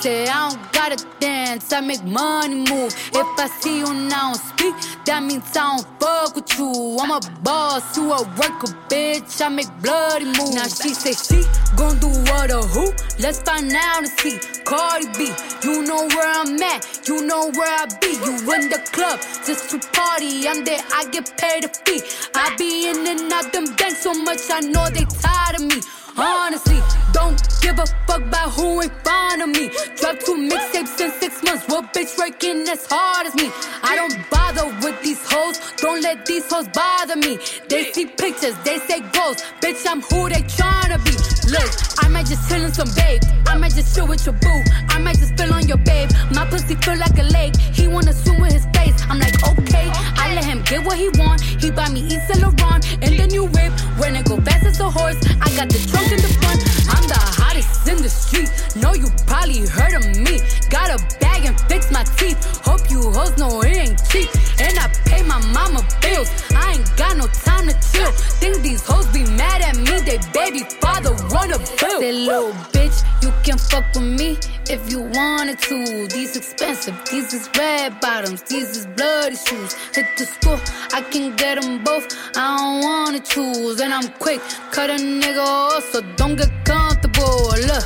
Say I don't gotta dance, I make money move. If I see you now speak, that means I don't fuck with you. I'm a boss, you a worker, bitch. I make bloody moves. Now she say she gon' do what or who? Let's find out and see. Cardi B, you know where I'm at, you know where I be. You in the club just to party. I'm there, I get paid a fee. I be in and out them banks so much, I know they tired of me. Honestly, don't give a fuck about who ain't fond of me. Drop two mixtapes in six months. What bitch working as hard as me? I don't bother with these hoes. Don't let these hoes bother me. They see pictures, they say goals. Bitch, I'm who they tryna be. Look, I might just chill in some babe. I might just chill with your boo. I might just spill on your babe. My pussy feel like a lake. He wanna swim with his face. I'm like, okay. I let him get what he want. He buy me East Saint Laurent and the new whip. When it go fast as a horse, I got the trunk in the front. I'm the hottest in the street. Know you probably heard of me. Got a bag and fix my teeth. Hope you hoes know it ain't cheap. And I pay my mama bills. I ain't got no time to chill. Think these hoes be mad at me. They baby father wanna bill. That little bitch, you can fuck with me if you wanted to. These expensive, these is red bottoms, these is bloody shoes. Hit the school, I can get them both. I don't wanna choose, and I'm quick. Cut a nigga off, so don't get comfortable. Look,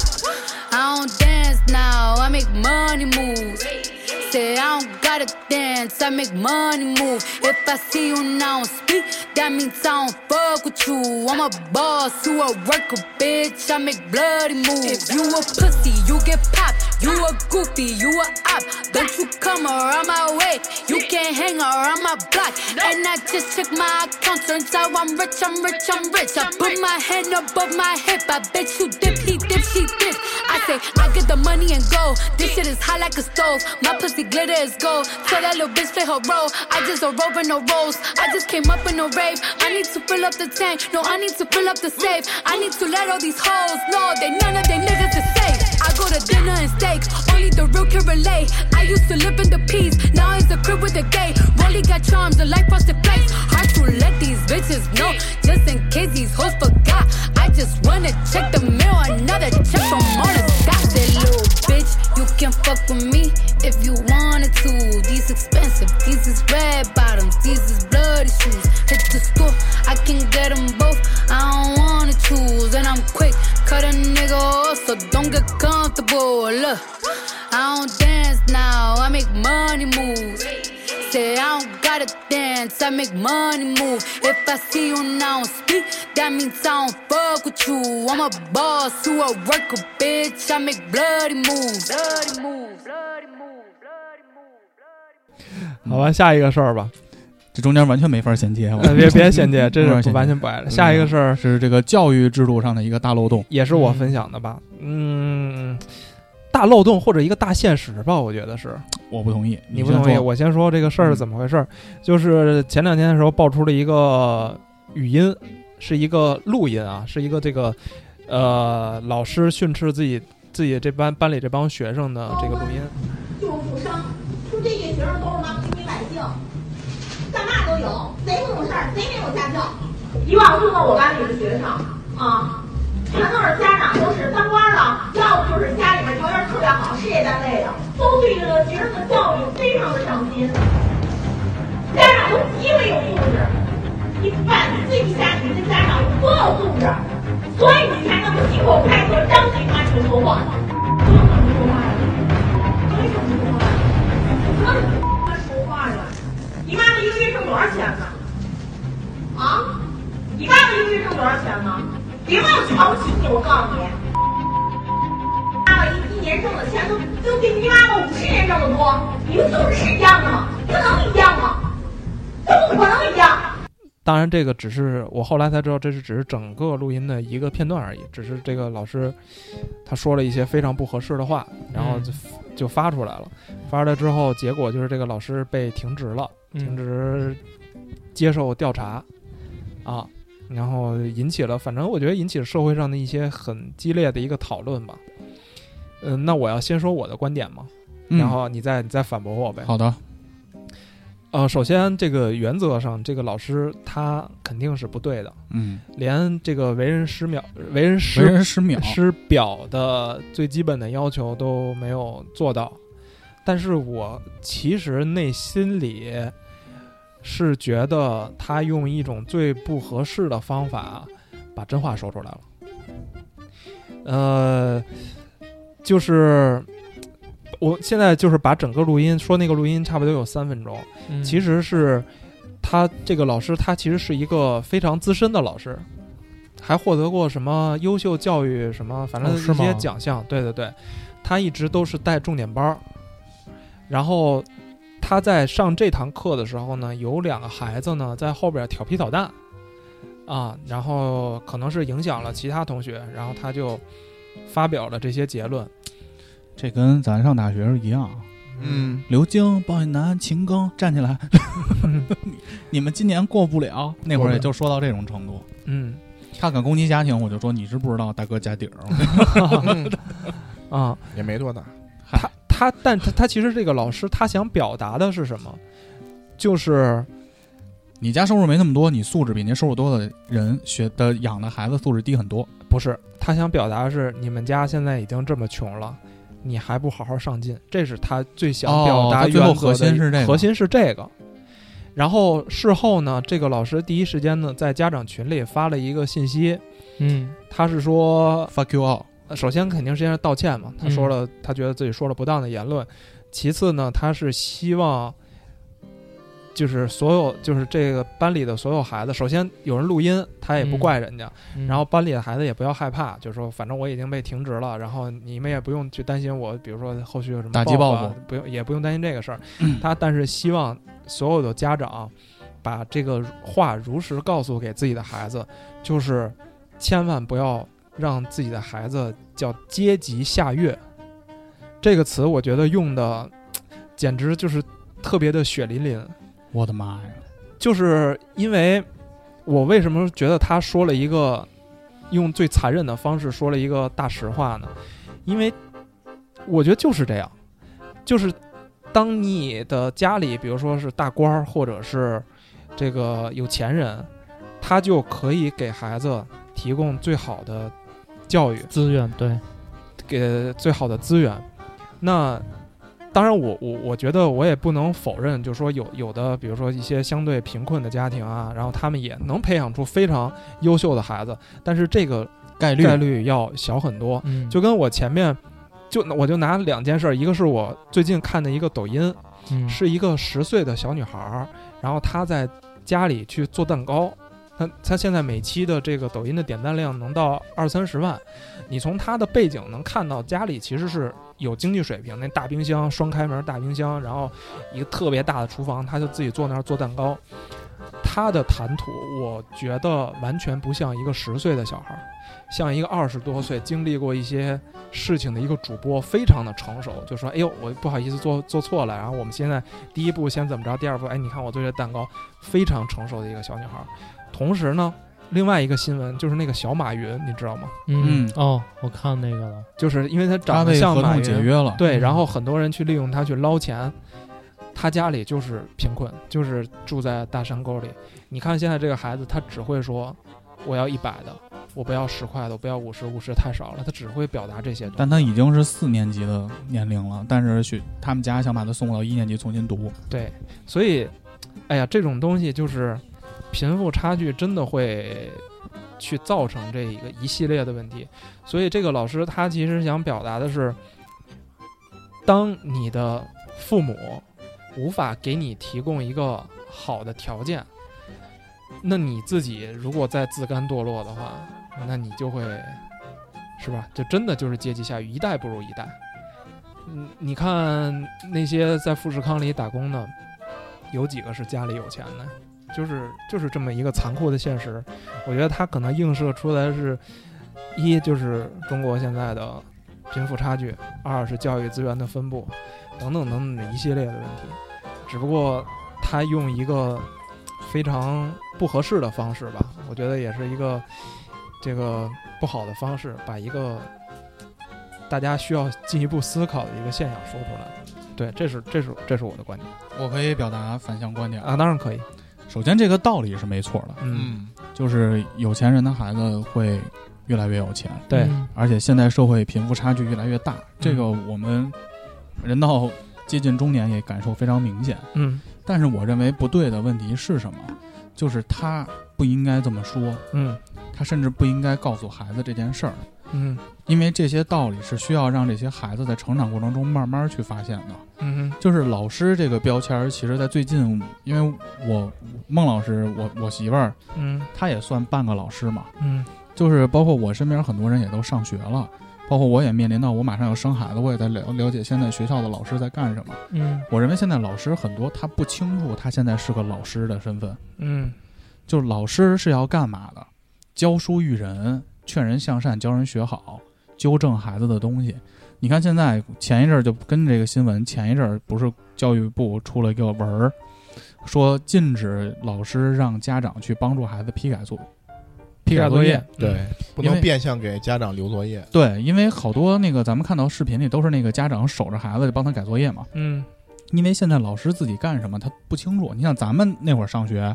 I don't dance now, I make money moves. shit. I don't gotta dance, I make money move. If I see you and I don't speak, that means I don't fuck with you. I'm a boss, you a worker, bitch. I make bloody moves. If you a pussy, you get popped. You a goofy, you a op. Don't you come around my way. You can't hang around my block. And I just check my account. Turns out I'm rich, I'm rich, I'm rich. I put my hand above my hip. I bet you dip, he dip, she dip. I say, I get the money and go. This shit is hot like a stove. My pussy glitter is gold. Tell that little bitch play her role. I just a rope and no rolls. I just came up in a rave. I need to fill up the tank. No, I need to fill up the safe. I need to let all these hoes know they none of they niggas is safe. I go to dinner and steaks. Only the real can relate. I used to live in the peace. Now it's a crib with a gay. Rolly got charms and like frosted flakes. Hard to let these bitches know. Just in case these hoes forgot. I just wanna check the mail. Another check from on the stock. That little bitch. You can fuck with me if you wanted to. These expensive. These is red bottoms. These is bloody shoes. Hit the store. I can get them both. I don't wanna choose. And I'm quick. Cut a nigga off. So don't get comfortable. Look. I don't dance now, I make money moves. Say I don't gotta dance, I make money move. If I see you and I don't speak, that means I don't fuck with you. I'm a boss, you a worker, bitch. I make bloody moves. Bloody moves. Bloody moves. Bloody moves. 好吧，下一个事儿吧， 这中间完全没法衔接，我呃别别 衔接，这没法是衔接完全不挨着。下一个事儿是这个教育制度上的一个大漏洞。也是我分享的吧，嗯，大漏洞或者一个大现实吧，我觉得是。我不同意，你不先同意？说我先说这个事儿是怎么回事儿。就是前两天的时候爆出了一个语音，是一个录音啊，是一个这个呃老师训斥自己自己这班班里这帮学生的这个录音。就是不伤，说这些学生都是妈平民百姓，干嘛都有，贼不懂事儿，贼没有家教。以往住过我班里的学生啊，全都是家长都是当官的，要不就是家里面条件特别好，事业单位的，都对这个学生的教育非常的上心，家长都极为有素质。你反思一下你的家长有多有素质，所以你才能机构开拓张锦发球筹划。说话呀？你妈妈一个月挣多少钱呢？啊？你爸爸一个月挣多少钱呢？别忘了瞧不起你，我告诉你，妈妈一一年挣的钱都都比你妈妈五十年挣的多，你们素质是一样的吗？这能一样吗？这不可能一样。当然，这个只是我后来才知道，这是只是整个录音的一个片段而已，只是这个老师他说了一些非常不合适的话，然后就、嗯就发出来了。发出来之后，结果就是这个老师被停职了，嗯停职接受调查啊，然后引起了，反正我觉得引起了社会上的一些很激烈的一个讨论吧。嗯、那我要先说我的观点嘛，嗯然后你再你再反驳我呗。好的，呃，首先这个原则上，这个老师他肯定是不对的，嗯，连这个为人师表、为人师 为人师表师表的最基本的要求都没有做到。但是我其实内心里是觉得他用一种最不合适的方法把真话说出来了。呃，就是我现在就是把整个录音说那个录音差不多有三分钟，嗯其实是他这个老师，他其实是一个非常资深的老师，还获得过什么优秀教育什么，反正哦一是吗些奖项。对对对，他一直都是带重点班儿，然后他在上这堂课的时候呢，有两个孩子呢在后边调皮捣蛋。啊，然后可能是影响了其他同学，然后他就发表了这些结论。这跟咱上大学时候一样。啊嗯，刘晶、鲍雨楠、秦庚站起来，嗯 你们今年过不了。那会儿也就说到这种程度。 嗯，他敢攻击家庭，我就说你是不知道大哥家底嗯儿。啊，也没多大。他他，但他他其实这个老师他想表达的是什么？就是 你家收入没那么多，你素质比您收入多的人学的养的孩子素质低很多。不是他想表达的是你们家现在已经这么穷了，你还不好好上进，这是他最想哦表达他最原则的、后核心是这个核心是这个。然后事后呢，这个老师第一时间呢在家长群里发了一个信息，嗯他是说呃 fuck you all，嗯首先肯定是先是道歉嘛，他说了、他觉得自己说了不当的言论，其次呢，他是希望就是所有就是这个班里的所有孩子，首先有人录音，他也不嗯怪人家，嗯然后班里的孩子也不要害怕，就是说反正我已经被停职了，然后你们也不用去担心我，比如说后续有什么打击报报复啊复，不用也不用担心这 个事儿。他但是希望所有的家长把这个话如实告诉给自己的孩子，就是千万不要让自己的孩子叫阶级下跃。这个词我觉得用的简直就是特别的血淋淋。我的妈呀！就是因为我为什么觉得他说了一个用最残忍的方式说了一个大实话呢？因为我觉得就是这样，就是当你的家里，比如说是大官儿或者是这个有钱人，他就可以给孩子提供最好的教育资源，对，给最好的资源。那当然我，我我觉得我也不能否认，就是说有有的，比如说一些相对贫困的家庭啊，然后他们也能培养出非常优秀的孩子，但是这个概率概率要小很多。嗯，就跟我前面，就我就拿两件事儿，一个是我最近看的一个抖音，嗯是一个十岁的小女孩儿，然后她在家里去做蛋糕。她她现在每期的这个抖音的点赞量能到二三十万，你从她的背景能看到家里其实是有经济水平，那大冰箱双开门大冰箱，然后一个特别大的厨房，她就自己坐那儿做蛋糕。她的谈吐，我觉得完全不像一个十岁的小孩儿，像一个二十多岁经历过一些事情的一个主播，非常的成熟，就说：“哎呦，我不好意思做做错了。”然后我们现在第一步先怎么着，第二步，哎，你看我对这蛋糕非常成熟的一个小女孩儿。同时呢，另外一个新闻就是那个小马云，你知道吗？嗯嗯哦，我看那个了，就是因为她他长得为像合马同云，解约了，嗯对，然后很多人去利用他去捞钱。他家里就是贫困，就是住在大山沟里。你看现在这个孩子，他只会说我要一百的，我不要十块的，我不要五十，五十太少了。他只会表达这些东西。但他已经是四年级的年龄了，但是学他们家想把他送到一年级重新读。对，所以，哎呀，这种东西就是贫富差距真的会去造成这一个一系列的问题。所以这个老师他其实想表达的是，当你的父母无法给你提供一个好的条件，那你自己如果再自甘堕落的话，那你就会是吧？就真的就是阶级下雨，一代不如一代。嗯，你看那些在富士康里打工的，有几个是家里有钱的？就是就是这么一个残酷的现实。我觉得它可能映射出来是，一就是中国现在的贫富差距，二是教育资源的分布，等等等等的一系列的问题。只不过他用一个非常不合适的方式吧，我觉得也是一个这个不好的方式，把一个大家需要进一步思考的一个现象说出来。对，这是这是这是我的观点我可以表达反向观点啊，当然可以。首先，这个道理是没错的，嗯，就是有钱人的孩子会越来越有钱，对，嗯而且现在社会贫富差距越来越大，这个我们人到接近中年也感受非常明显。嗯但是我认为不对的问题是什么？就是他不应该这么说，嗯他甚至不应该告诉孩子这件事儿，嗯因为这些道理是需要让这些孩子在成长过程中慢慢去发现的。嗯就是老师这个标签儿，其实在最近，因为我孟老师，我我媳妇儿，嗯她也算半个老师嘛，嗯就是包括我身边很多人也都上学了，包括我也面临到我马上要生孩子，我也在了了解现在学校的老师在干什么。嗯我认为现在老师很多他不清楚他现在是个老师的身份，嗯就是老师是要干嘛的？教书育人，劝人向善，教人学好，纠正孩子的东西。你看现在前一阵儿就跟这个新闻，前一阵儿不是教育部出了一个文儿，说禁止老师让家长去帮助孩子批改作批改业。对，不因能为变相给家长留作业。对，因为好多那个咱们看到视频里都是那个家长守着孩子帮他改作业嘛。嗯因为现在老师自己干什么他不清楚。你像咱们那会儿上学，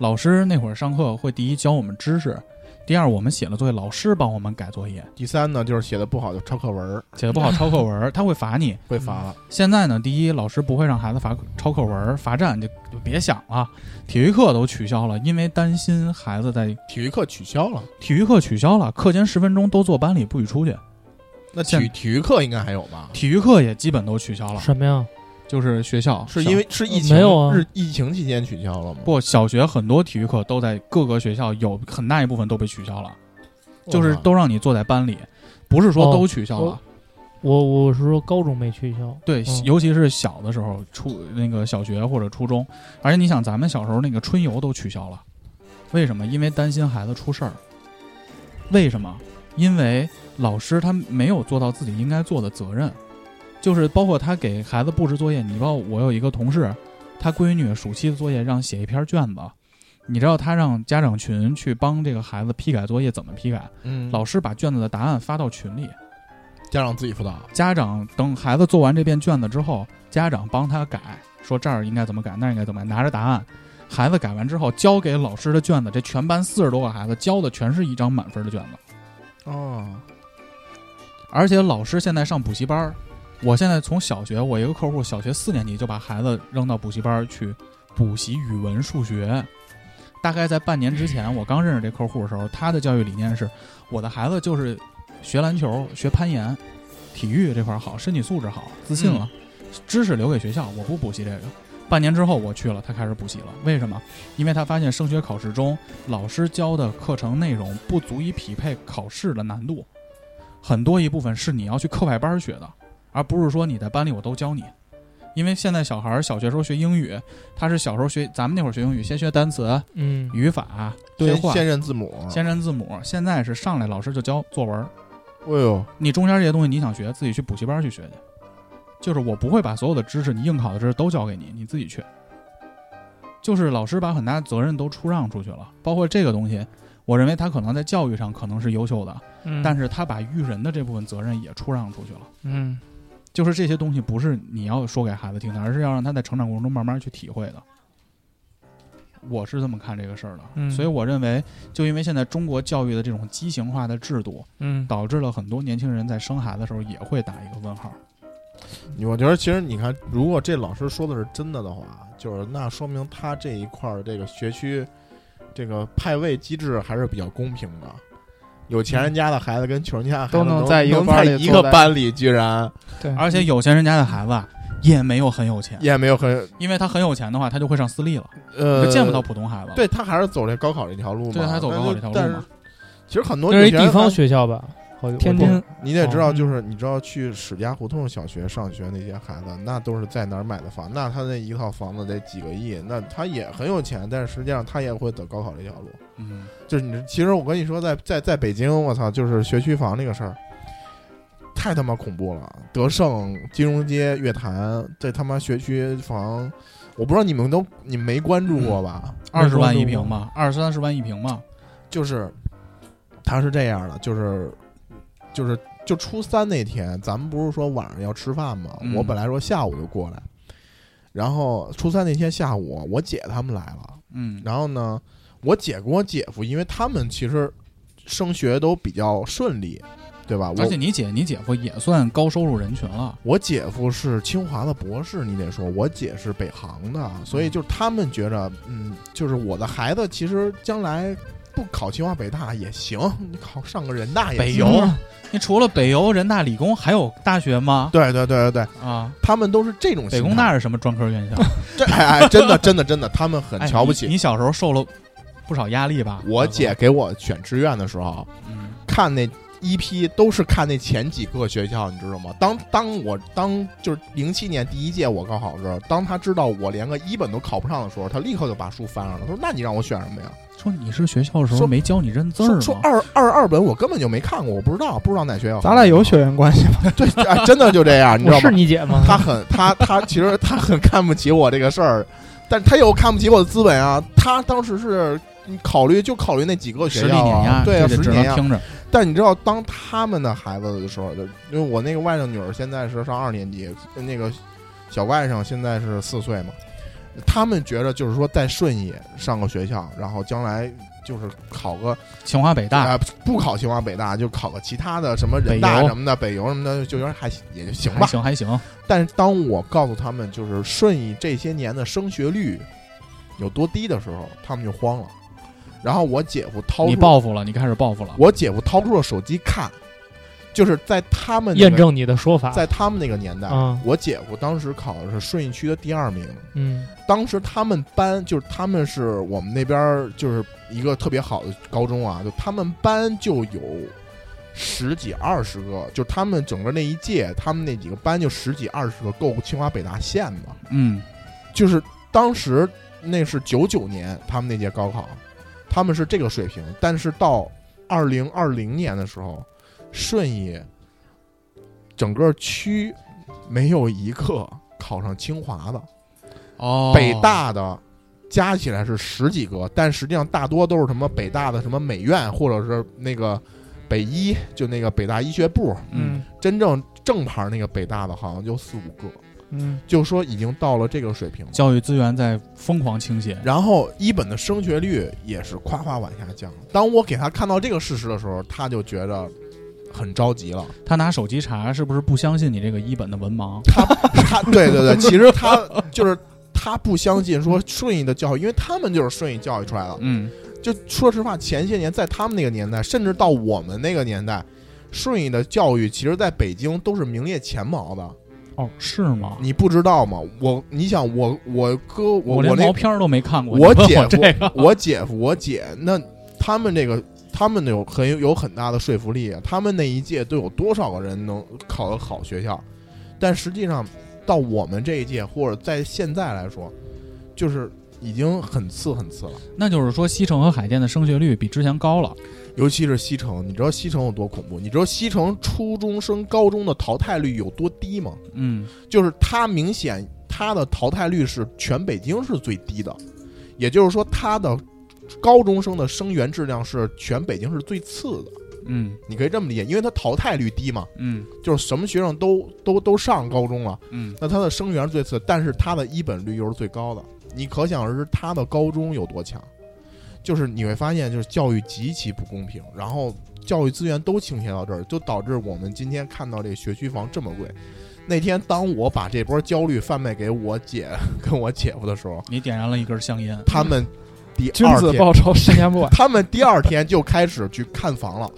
老师那会儿上课会第一教我们知识，第二我们写了作业，老师帮我们改作业，第三呢，就是写的不好就抄课文儿，写的不好抄课 文儿，他会罚你。嗯被罚了。现在呢，第一老师不会让孩子罚抄课文儿、罚站，就就别想了。体育课都取消了，因为担心孩子在体育课取消了，体育课取消了，课间十分钟都坐班里不许出去。那体体育课应该还有吧？体育课也基本都取消了。什么呀？就是学校是因为是疫情没有啊是疫情期间取消了吗？不，小学很多体育课都在各个学校有很大一部分都被取消了，就是哦都让你坐在班里，不是说都取消了。哦我我是说高中没取消，对，嗯尤其是小的时候，初那个小学或者初中，而且你想，咱们小时候那个春游都取消了，为什么？因为担心孩子出事儿。为什么？因为老师他没有做到自己应该做的责任，就是包括他给孩子布置作业。你包括我有一个同事，他闺女暑期的作业让写一篇卷子，你知道他让家长群去帮这个孩子批改作业，怎么批改？嗯老师把卷子的答案发到群里，家长自己辅导，家长等孩子做完这遍卷子之后，家长帮他改，说这儿应该怎么改，那儿应该怎么改，拿着答案，孩子改完之后交给老师的卷子，这全班四十多个孩子交的全是一张满分的卷子。哦，而且老师现在上补习班儿，我现在从小学，我一个客户小学四年级就把孩子扔到补习班儿去补习语文、数学。大概在半年之前，我刚认识这客户的时候，他的教育理念是：我的孩子就是学篮球、学攀岩、体育这块儿好，身体素质好，自信了，知识留给学校，我不补习这个。半年之后我去了，他开始补习了。为什么？因为他发现升学考试中老师教的课程内容不足以匹配考试的难度，很多一部分是你要去课外班学的，而不是说你在班里我都教你。因为现在小孩儿小学时候学英语，他是小时候学咱们那会儿学英语，先学单词、嗯，语法、对先话、先认字母，先认字母。现在是上来老师就教作文，哎呦，你中间这些东西你想学，自己去补习班去学去。就是我不会把所有的知识，你应考的知识都教给你，你自己去。就是老师把很大责任都出让出去了，包括这个东西，我认为他可能在教育上可能是优秀的，嗯但是他把育人的这部分责任也出让出去了。嗯就是这些东西不是你要说给孩子听的，而是要让他在成长过程中慢慢去体会的。我是这么看这个事儿的，嗯所以我认为，就因为现在中国教育的这种畸形化的制度，嗯导致了很多年轻人在生孩子的时候也会打一个问号。我觉得其实你看，如果这老师说的是真的的话，就是那说明他这一块儿这个学区，这个派位机制还是比较公平的。有钱人家的孩子跟穷人家的孩子嗯都能能在一个能班在里一坐个在班里，居然对，而且有钱人家的孩子啊也没有很有钱，也没有很因为他很有钱的话，他就会上私立了，呃就见不到普通孩子了。对他还是走这高考这条路嘛，对，他走高考这条但路是嘛。其实很多那是有一钱人地方他学校吧？好，天我记得津你得知道，哦就是你知道去史家胡同小学上学那些孩子，那都是在哪儿买的房？那他那一套房子得几个亿，那他也很有钱，但是实际上他也会走高考这条路。嗯，就是你，其实我跟你说，在在在北京，我操，就是学区房这个事儿，太他妈恐怖了！德胜、金融街、乐坛，这他妈学区房，我不知道你们都你们没关注过吧？二十万一平嘛，二三十万一平嘛。就是他是这样的，就是就是就初三那天，咱们不是说晚上要吃饭吗？嗯我本来说下午就过来，然后初三那天下午，我姐他们来了，嗯，然后呢，我姐跟我姐夫，因为他们其实升学都比较顺利，对吧？而我且你姐你姐夫也算高收入人群了。我姐夫是清华的博士，你得说，我姐是北航的，所嗯以就是他们觉着，嗯，就是我的孩子其实将来不考清华北大也行，你考上个人大也行北邮，你除了北邮、人大、理工，还有大学吗？对对对对对，啊，他们都是这种北心态工大是什么专科院校？这哎哎，真的真的真的，他们很哎瞧不起。你。你小时候受了不少压力吧？啊我姐，给我选志愿的时候，嗯，看那一批都是看那前几个学校，你知道吗？当当我当就是零七年第一届我高考的时候，当他知道我连个一本都考不上的时候，他立刻就把书翻上了。他说：“那你让我选什么呀说你是学校的时候说没教你认？”字儿说说吗？二二二本我根本就没看过，我不知道不知道哪学校。咱俩有血缘关系吗？对、哎，真的就这 样，你知我道吗是？你姐吗？他很他他其实他很看不起我这个事儿，但他又看不起我的资本啊。他当时是考虑就考虑那几个实学力校碾啊压，，对这啊，得实只力能碾压。听着。但你知道，当他们的孩子的时候，就因为我那个外甥女儿现在是上二年级，那个小外甥现在是四岁嘛，他们觉着就是说在顺义上个学校，然后将来就是考个清华北大，啊、不考清华北大就考个其他的什么人北大邮什么的，北邮什么的，就觉得还也就行还吧。行还行。但是当我告诉他们就是顺义这些年的升学率有多低的时候，他们就慌了。然后我姐夫掏你出，报复了，你开始报复了。我姐夫掏出了手机看，就是在他们那个验证你的说法。在他们那个年代嗯，我姐夫当时考的是顺义区的第二名。嗯当时他们班就是他们是我们那边儿就是一个特别好的高中啊，就他们班就有十几二十个，就他们整个那一届，他们那几个班就十几二十个，够清华北大县的。嗯，就是当时那是九九年他们那届高考，他们是这个水平，但是到二零二零年的时候，顺义整个区没有一个考上清华的，哦北大的。加起来是十几个，但实际上大多都是什么北大的什么美院，或者是那个北医，就那个北大医学部。嗯，真正正牌那个北大的好像就四五个。嗯，就说已经到了这个水平了。教育资源在疯狂倾斜。然后一本的升学率也是夸夸往下降。当我给他看到这个事实的时候，他就觉得很着急 了。他拿手机查，是不是不相信你这个一本的文盲？他对对对，其实他就是他不相信说顺义的教育，因为他们就是顺义教育出来的。嗯，就说实话，前些年在他们那个年代，甚至到我们那个年代，顺义的教育其实在北京都是名列前茅的。哦，是吗？你不知道吗？我，你想我，我哥，我连那毛片儿都没看过。我你问姐我夫这个，我姐夫，我姐，那他们这个，他们有很有很大的说服力啊。他们那一届都有多少个人能考到好学校？但实际上，到我们这一届，或者在现在来说，就是已经很次很次了。那就是说西城和海淀的升学率比之前高了。尤其是西城，你知道西城有多恐怖？你知道西城初中升高中的淘汰率有多低吗？嗯，就是它明显它的淘汰率是全北京是最低的，也就是说它的高中生的生源质量是全北京是最次的。嗯，你可以这么理解，因为它淘汰率低嘛。嗯，就是什么学生都都都上高中了。嗯，那它的生源是最次，但是它的一本率又是最高的。你可想而知，它的高中有多强。就是你会发现，就是教育极其不公平，然后教育资源都倾斜到这儿，就导致我们今天看到这学区房这么贵。那天当我把这波焦虑贩卖给我姐 跟我姐夫的时候，你点燃了一根香烟。他们第君二子天报仇十年不晚他们第二天就开始去看房了。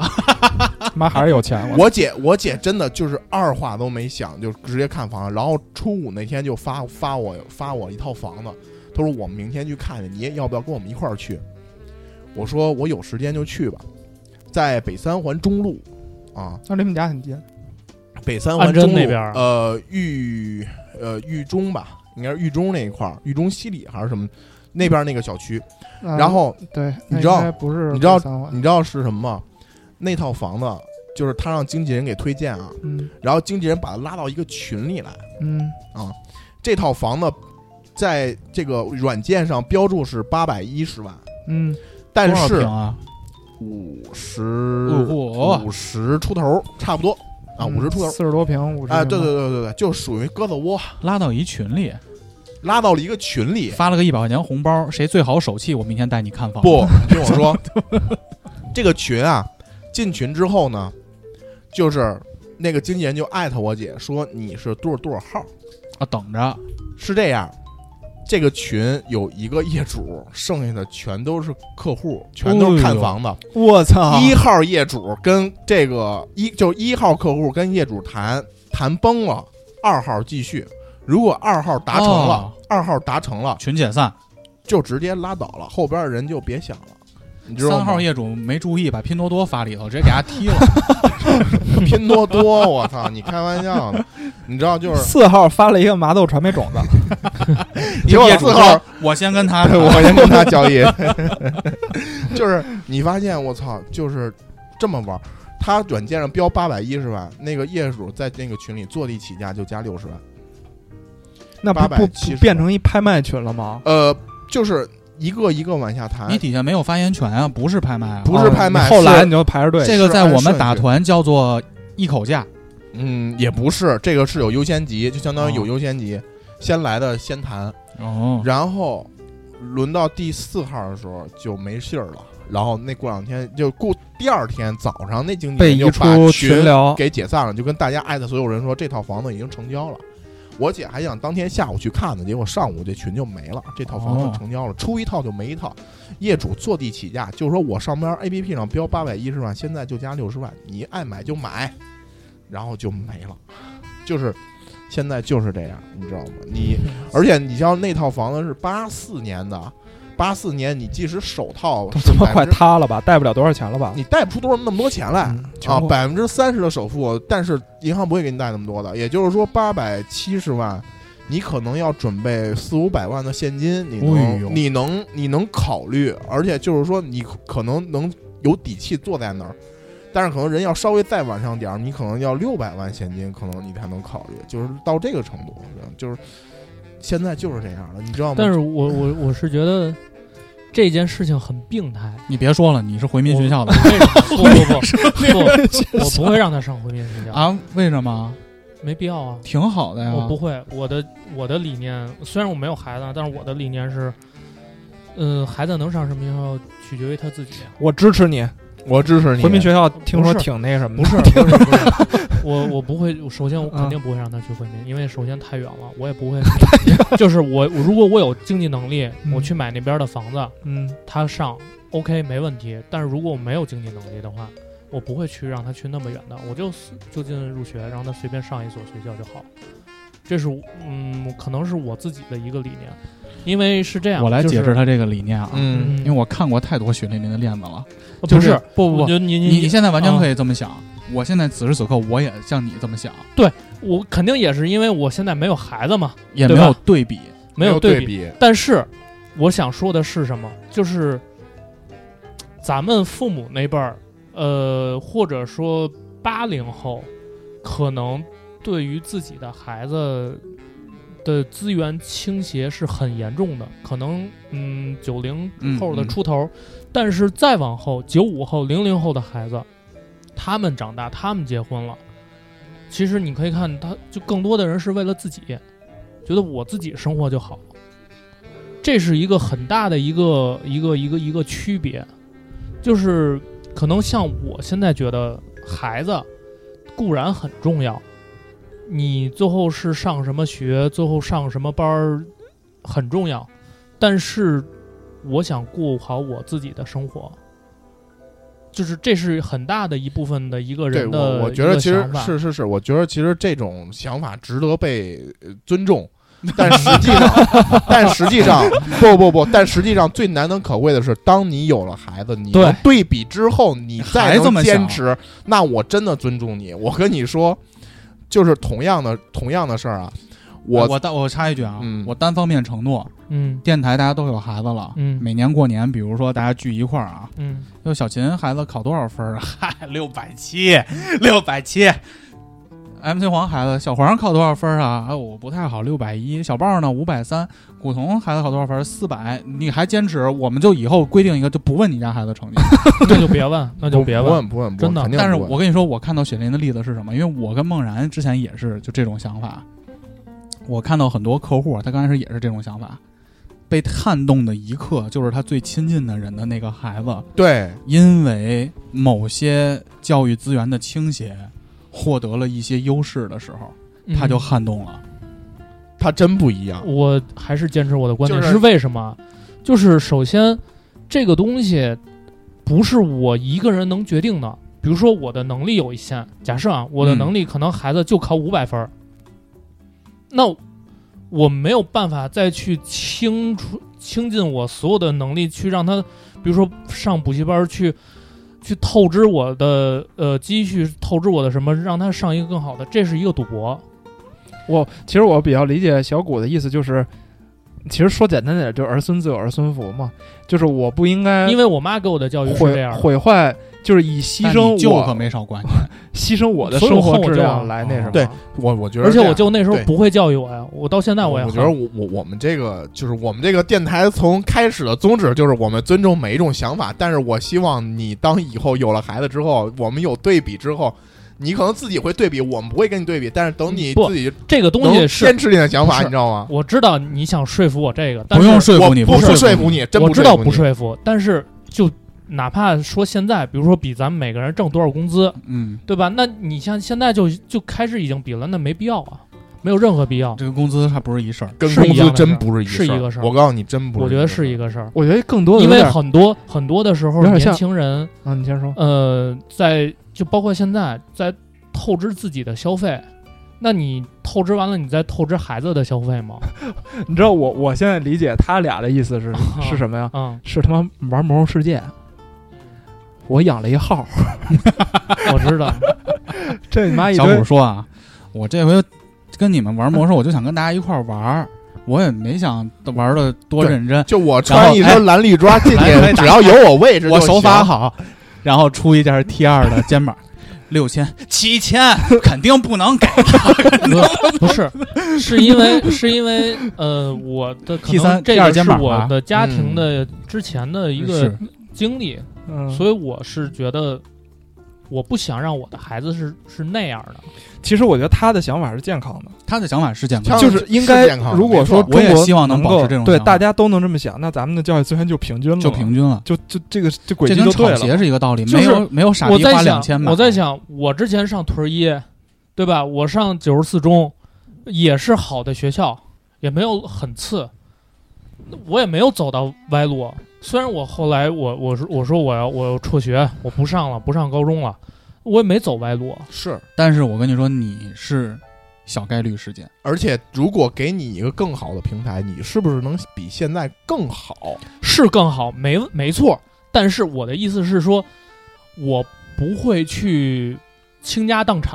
妈还是有钱。我姐，我姐真的就是二话都没想，就直接看房了。然后初五那天就发发我发我一套房子，她说我们明天去看去，你要不要跟我们一块儿去？我说我有时间就去吧，在北三环中路啊，那离我们家很近。北三安环贞中路那边儿呃，豫呃豫中吧，应该是豫中那一块儿，豫中西里还是什么那边儿那个小区。嗯然后对你那知应道该不是你知道北三环你知道是什么吗？那套房子就是他让经纪人给推荐啊，嗯然后经纪人把他拉到一个群里来嗯，啊，这套房子在这个软件上标注是八百一十万，嗯，但多少是平啊，五十哦五十出头差不多啊，嗯五十出头，四十多平，五十啊，对对对对对，就属于鸽子窝，拉到一群里，拉到了一个群里，发了个一百块钱红包，谁最好手气，我明天带你看房。不，听我说， 这个群啊，进群之后呢，就是那个经纪人就艾特我姐说你是多少多少号啊，等着。是这样，这个群有一个业主，剩下的全都是客户，全都是看房的。我啊操一号业主跟这个一就一号客户跟业主谈谈崩了，二号继续。如果二号达成了哦，二号达成了，群解散，就直接拉倒了，后边的人就别想了。你知道吗三号业主没注意，把拼多多发里头，直接给他 踢了。拼多多，我操！你开玩笑呢？你知道就是 四号发了一个麻豆传 媒种子，结果业主四说号，我先跟他谈，哎我先跟他交 易，就是你发现我操，就是这么玩儿。他软件上标八百一十万，那个业主在那个群里坐地起价就加六十万，那不不870不变成一拍卖群了吗？呃，就是一个一个往下谈你。底下没有发言权啊，不是拍卖啊，不是拍卖哦后来是你就排着队。这个是在按我们顺打序团叫做一口价。嗯，也不是，这个是有优先级，就相当于有哦优先级，先来的先谈。嗯哦，然后轮到第四号的时候就没信儿了，然后那过两天就过第二天早上，那经纪被人移就把出群群聊给解散了，就跟大家艾特所有人说这套房子已经成交了。我姐还想当天下午去看呢，结果上午这群就没了，这套房哦子成交了，出一套就没一套。业主坐地起价，就是说我上边 A P P 上标八百一十万，现在就加六十万，你爱买就买，然后就没了，就是现在就是这样，你知道吗？你而且你像那套房子是八四年的，八四年你即使手套都他 妈快塌了吧，贷不了多少钱了吧？嗯你贷不出多少那么多钱来、全啊，部百分之三十的首付，但是银行不会给你贷那么多的，也就是说八百七十万，你可能要准备四五百万的现金，你哎呦能你能你能考虑，而且就是说你可能能有底气坐在那儿。但是可能人要稍微再往上点儿，你可能要六百万现金，可能你才能考虑，就是到这个程度，就是现在就是这样了，你知道吗？但是我我我是觉得这件事情很病态。你别说了，你是回民学校的为什么不 回民学不不不，校我不会让他上回民学校，啊？为什么？没必要啊。挺好的呀，我不会，我的我的理念虽然我没有孩子啊，但是我的理念是，呃，孩子能上什么学校取决于他自己。我支持你，我支持你回民学校听说挺那什么的，啊不是不是 不是，我我不会，首先我肯定不会让他去回民，因为首先太远了，我也 不会。就是我我如果我有经济能力，我去买那边的房子，嗯，他上 OK 没问题。但是如果我没有经济能力的话，我不会去让他去那么远的，我就就近入学，让他随便上一所学校就好。这是我嗯，可能是我自己的一个理念，因为是这样，我来就是解释他这个理念啊，嗯呃因为我看过太多血淋淋的例子了，不就是不不我觉不，得你你你你现在完全啊可以这么想，我现在此时此刻我也像你这么想，对我肯定也是因 为我现在没有孩子嘛，也对没有吧对比，没有有对比，比但是我想说的是什么？就是咱们父母那辈儿，呃，或者说八零后，可能对于自己的孩子的资源倾斜是很严重的，可能嗯九零嗯后的嗯出头，但是再往后九五后、零零后的孩子，他们长大，他们结婚了。其实你可以看，他就更多的人是为了自己，觉得我自己生活就好了，这是一个很大的一个一个一个一个区别，就是可能像我现在觉得孩子固然很重要，你最后是上什么学，最后上什么班儿很重要，但是我想过好我自己的生活。就是这是很大的一部分的一个对人的我，我觉一得个其实想法是是是，我觉得其实这种想法值得被呃尊 重，但实际上，但实际上，不不不，但实际上最难能可贵的是，当你有了孩子，你对能对比之后，你再还这能么坚想持，那我真的尊重你。我跟你说，就是同样的同样的事儿啊，我我单我插一句啊，嗯我单方面承诺，嗯电台大家都有孩子了，嗯每年过年，比如说大家聚一块儿啊，嗯，哟，小秦孩子考多少分儿啊？嗨，六百七，六百七。MC 黄孩子，小黄考多少分儿啊？哎，我不太好，六百一。小豹呢，五百三。古潼孩子考多少分儿？四百。你还坚持，我们就以后规定一个，就不问你家孩子成绩。那就别问，那就不别不问不问，不问真的肯定但是不问我跟你说，我看到雪林的例子是什么？因为我跟梦然之前也是就这种想法，我看到很多客户，啊他刚开始也是这种想法。被撼动的一刻，就是他最亲近的人的那个孩子，对因为某些教育资源的倾斜，获得了一些优势的时候，他就嗯撼动了。他真不一样，我还是坚持我的观点，就是是为什么？就是首先，这个东西不是我一个人能决定的。比如说我的能力有一限，假设啊，我的嗯能力可能孩子就考五百分儿，那我没有办法再去清除倾尽我所有的能力去让他，比如说上补习班儿去。去透支我的呃积蓄，透支我的什么，让他上一个更好的，这是一个赌博。我其实我比较理解小谷的意思，就是其实说简单点，就是儿孙自有儿孙福嘛，就是我不应该因为我妈给我的教育是这毁样的，毁坏，就是以牺牲但你舅可我没少管你，牺牲我的所以生我活恨我质舅量啊来那什么。对我我觉得而这且样，我舅那时候对不会教育我呀，我到现在我也我恨觉得我我我们这个就是我们这个电台从开始的宗旨就是我们尊重每一种想法，但是我希望你当以后有了孩子之后，我们有对比之后，你可能自己会对比，我们不会跟你对比，但是等你不自己这个东能西是坚，持你的想法，不是你知道吗？我知道你想说服我这个，但不是用说服我你，不是说服服。你，真我不知道不说服说服，但是就哪怕说现在，比如说比咱们每个人挣多少工资，嗯，对吧？那你像现在就就开始已经比了，那没必要啊，没有任何必要。这个工资还不是一事儿。你，跟是一工样资的真事儿不是一是一个事儿我告诉你，真不是。我觉得是一个个事儿，我觉得更多的因有为点很多很多的时候，有点年像轻人啊，你先说，呃，在就包括现在在。透支自己的消费，那你透支完了，你再透支孩子的消费吗？ 你知道我我现在理解他俩的意思 是是什么呀？嗯，是他妈玩魔兽世界。我养了一号， 我知道， 这你妈一小堆虎说啊，我这回跟你们玩魔兽，我就想跟大家一块儿玩儿，我也没想玩的多认真，就我然穿后一哎身蓝绿装进来来去，只要有我位置就我行，手法好，然后出一件 T 二的 肩膀。六千、七千，肯定不能给。不是，是因为 是因为呃，我的可 T 三能这第二个肩是膀啊我吧的家嗯庭的之前的一个是经历，嗯所以我是觉得我不想让我的孩子是是那样的。其实我觉得他的想法是健康的，他的想法是健他康，们就是应该是健康的如果没说错我也中国希望能能保持够这种对想法大家都能这么想，那咱们的教育资源就平均了嘛，就平均了。就就这个这轨这迹跟就对炒了。鞋是一个道理，就没是有没有傻我逼在花两千想，买。我在想，我之前上屯儿一，对吧？我上九十四中，也是好的学校，也没有很次，那我也没有走到歪路。虽然我后来我我说我说我要我要辍学，我不上了，不上高中了，我也没走歪路。是，但是我跟你说，你是小概率事件。而且如果给你一个更好的平台，你是不是能比现在更好？是更好，没没错。但是我的意思是说，我不会去倾家荡产。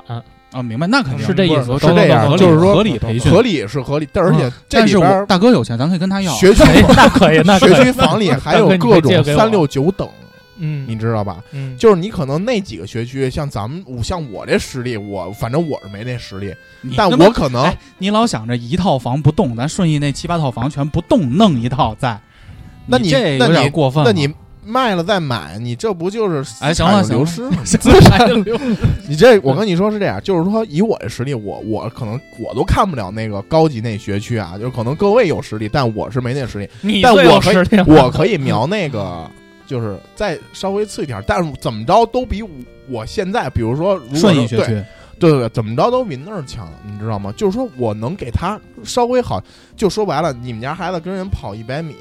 啊，明白，那肯定是这意思不是这样合理就是说合理培训合。理是合理，但而且这嗯但里是边我儿大哥有钱，咱可以跟他要。学区哎那可以，那可学区以。房里还大有哥你可各以借种给我三六九等，你嗯知道吧？嗯，就是你可能那几个学区，像咱们，我像我这实力，我反正我是没那实力，你但我那么可能哎，你老想着一套房不动，咱顺义那七八套房全不动，弄一套在。那你你这那有点你过分了。那你卖了再买，你这不就是资哎行产了有流行了失吗？资产你这，我跟你说是这样，就是说以我的实力，我我可能我都看不了那个高级那学区啊，就是可能各位有实力，但我是没那实力，你但最我有可以实力了，我可以瞄那个，就是再稍微次一点，但是怎么着都比我我现在，比如说如果 顺说义学对区，对对对，怎么着都比那儿强，你知道吗？就是说我能给他稍微好，就说白了，你们家孩子跟人跑一百米，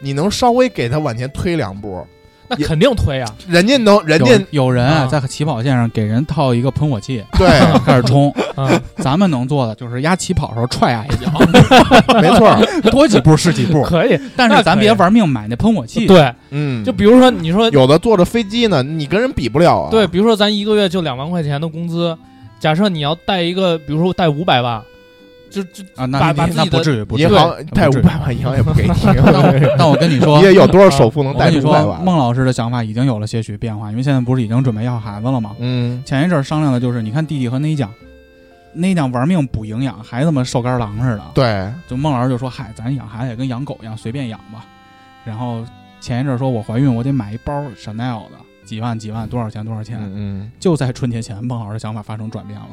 你能稍微给他往前推两步，那肯定推啊。人家能，人家有有人啊啊在起跑线上给人套一个喷火器，对， 开始冲。嗯，咱们能做的就是压起跑的时候踹他一脚，没错儿， 多几步是几步。可以。但啊是那可咱别以玩命买那喷火器。，对，嗯，就比如说你说有的坐着飞机呢，你跟人比不了啊。对，比如说咱一个月就两万块钱的工资，假设你要带一个，比如说带五百万，就就啊，那把你把自那己不的至于，不至于银。行贷不至五于百万，银行也不给你。 但我跟你说你，也有多少首付能我贷跟你五说百，万？孟老师的想法已经有了些许变化，因为现在不是已经准备要孩子了吗？嗯，前一阵儿商量的就是，你看弟弟和内酱，内酱玩命补营养，孩子们瘦干狼似的。对，就孟老师就说：“嗨，咱养孩子也跟养狗一样，随便养吧。”然后前一阵儿说我怀孕，我得买一包 Chanel 的，几万几万，多少钱多少钱。嗯嗯，就在春节前，孟老师的想法发生转变了，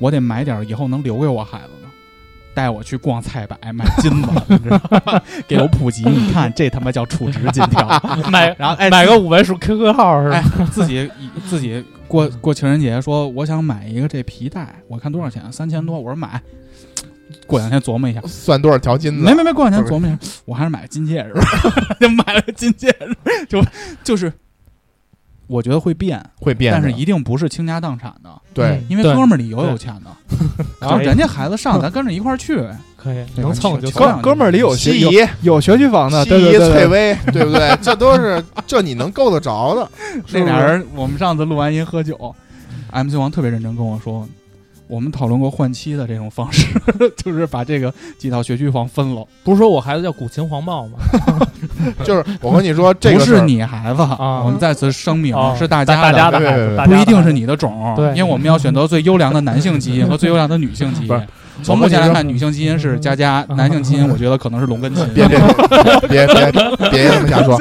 我得买点儿以后能留给我孩子的。带我去逛菜百买金子， 你知道吗？给我普及，你看这他妈叫储值金条。 买然后哎，买个五位数 QQ 号是吧？哎，自己自己过过情人节，说我想买一个这皮带，我看多少钱，三千多，我说买。过两天琢磨一下，算多少条金没子？没没，过两天琢磨一下，我还是买个金戒指吧， 就买了金戒指，就就是，我觉得会变，会变的，但是一定不是倾家荡产的，对，因为对哥们儿里有有钱的，然哎后人家孩子 上，咱跟着一块儿去呗，可以对能蹭就全蹭全。哥哥们儿里有学西有怡、有学区嗯房的，西对对怡、对翠对，微，对不对？这都 是这你能够得着的。那俩人，我们上次录完音喝酒，MC 王特别认真跟我说，我们讨论过换妻的这种方式， 就是把这个几套学区房分了，不是说我孩子叫古琴黄豹吗？就是我跟你说，这个不事是儿你孩子，啊我们再次声明、哦是大大家大家对的孩对对子，大不家一的定孩是子你的种，对因为我们要选择最优良的男性基因和最优良的女性基不因是。从目前来看，女性基因是佳佳，男性基因我觉得可能是龙根基因。 别别 别别别这么瞎说，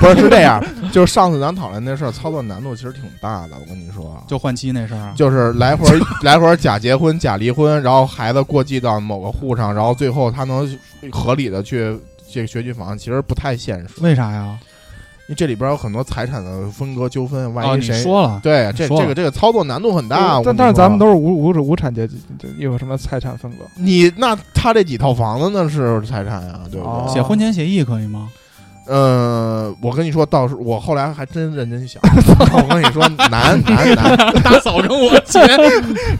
不是是这样，就是上次咱讨论那事儿，操作难度其实挺大的。我跟你说，啊就换妻那事儿，啊就是来回儿来回儿假结婚、假离婚，然后孩子过继到某个户上，然后最后他能合理的去这个学区房，其实不太现实，为啥呀？因为这里边有很多财产的分割纠纷，哦，万一你谁、说了，对这说了这个这个操作难度很大。我跟呃但你但是咱们说都是无无无产阶级，就有什么财产分割？你那他这几套房子那是财产啊，对不对？哦写婚前协议可以吗？呃，我跟你说，到时候我后来还真认真想，我跟你说，难难难，大嫂跟我结，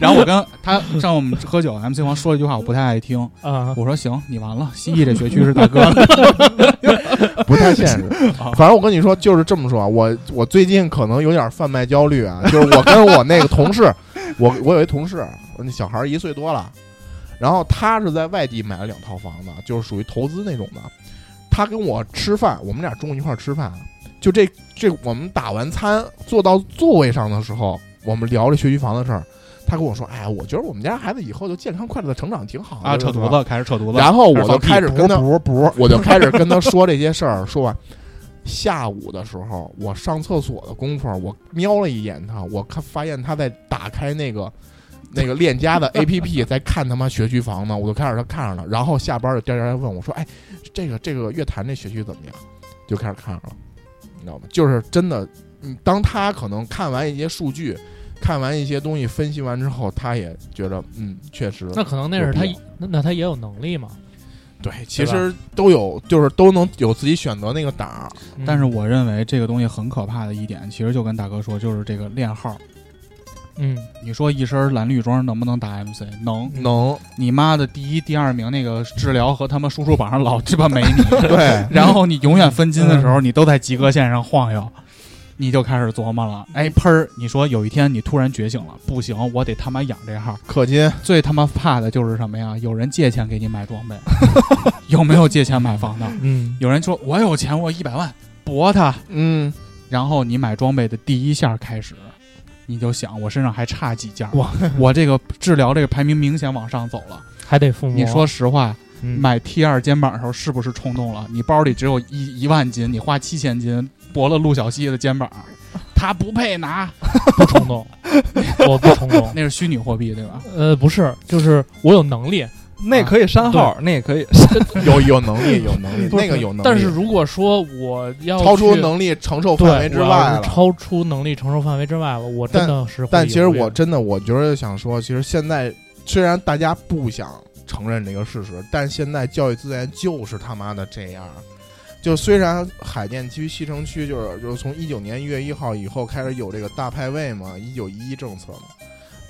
然后我跟他上我们喝酒，MC 王说了一句话，我不太爱听啊。我说行，你完了，蜥蜴这学区是大哥的。不太 现实。啊反正我跟你说，就是这么说啊，我我最近可能有点贩卖焦虑啊，就是我跟我那个同事，我我有一同事，那小孩儿一岁多了，然后他是在外地买了两套房子，就是属于投资那种的。他跟我吃饭，我们俩中午一块儿吃饭，啊就这这我们打完餐坐到座位上的时候，我们聊这学区房的事儿。他跟我说：“哎呀，我觉得我们家孩子以后就健康快乐的成长挺好的啊，扯是吧犊子，开始扯犊子。然后我就开始放屁跟他补补补，我就开始跟他说这些事儿，说完。下午的时候，我上厕所的功夫，我瞄了一眼他，我看发现他在打开那个那个链 家的 APP，在看他妈学区房呢，我就开始他看着了，然后下班就颠颠颠问我说：“哎，这个这个乐坛这学区怎么样？”就开始看着了，你知道吗？就是真的，嗯，当他可能看完一些数据，看完一些东西分析完之后，他也觉得嗯，确实那可能那是他有必要，那那他也有能力嘛。对，其实都有，就是都能有自己选择那个档 儿。嗯但是我认为这个东西很可怕的一点，其实就跟大哥说，就是这个练号。嗯，你说一身蓝绿装能不能打 MC？能，能，你妈的第一、第二名那个治疗和他妈输出榜上老鸡巴没你，对，然后你永远分金的时候，你都在及格线上晃悠，你就开始琢磨了。哎，喷儿！你说有一天你突然觉醒了，不行，我得他妈养这号。氪金，最他妈怕的就是什么呀？有人借钱给你买装备，有没有借钱买房的？嗯，有人说我有钱，我一百万，博他。嗯，然后你买装备的第一下开始，你就想我身上还差几件儿，我 我这个治疗这个排名明显往上走了。还得父母。你说实话，嗯买 T 二肩膀的时候是不是冲动了？你包里只有一一万斤，你花七千斤驳了陆小西的 肩膀，他不配拿，不冲动，我不冲动。那是虚拟货币对吧？呃，不是，就是我有能力， 那可以删啊号，那也可以。有有能力，有能力，那个有能力，但是如果说我要超出去能力承受对范围之我外要是了。超出能力承受范围之外了，我真的是会但其实犹豫我真的，我觉得想说，其实现在虽然大家不想承认这个事实，但现在教育资源就是他妈的这样。就虽然海淀区、西城区就是就是从一九年一月一号以后开始有这个大派位嘛，一九一一政策嘛，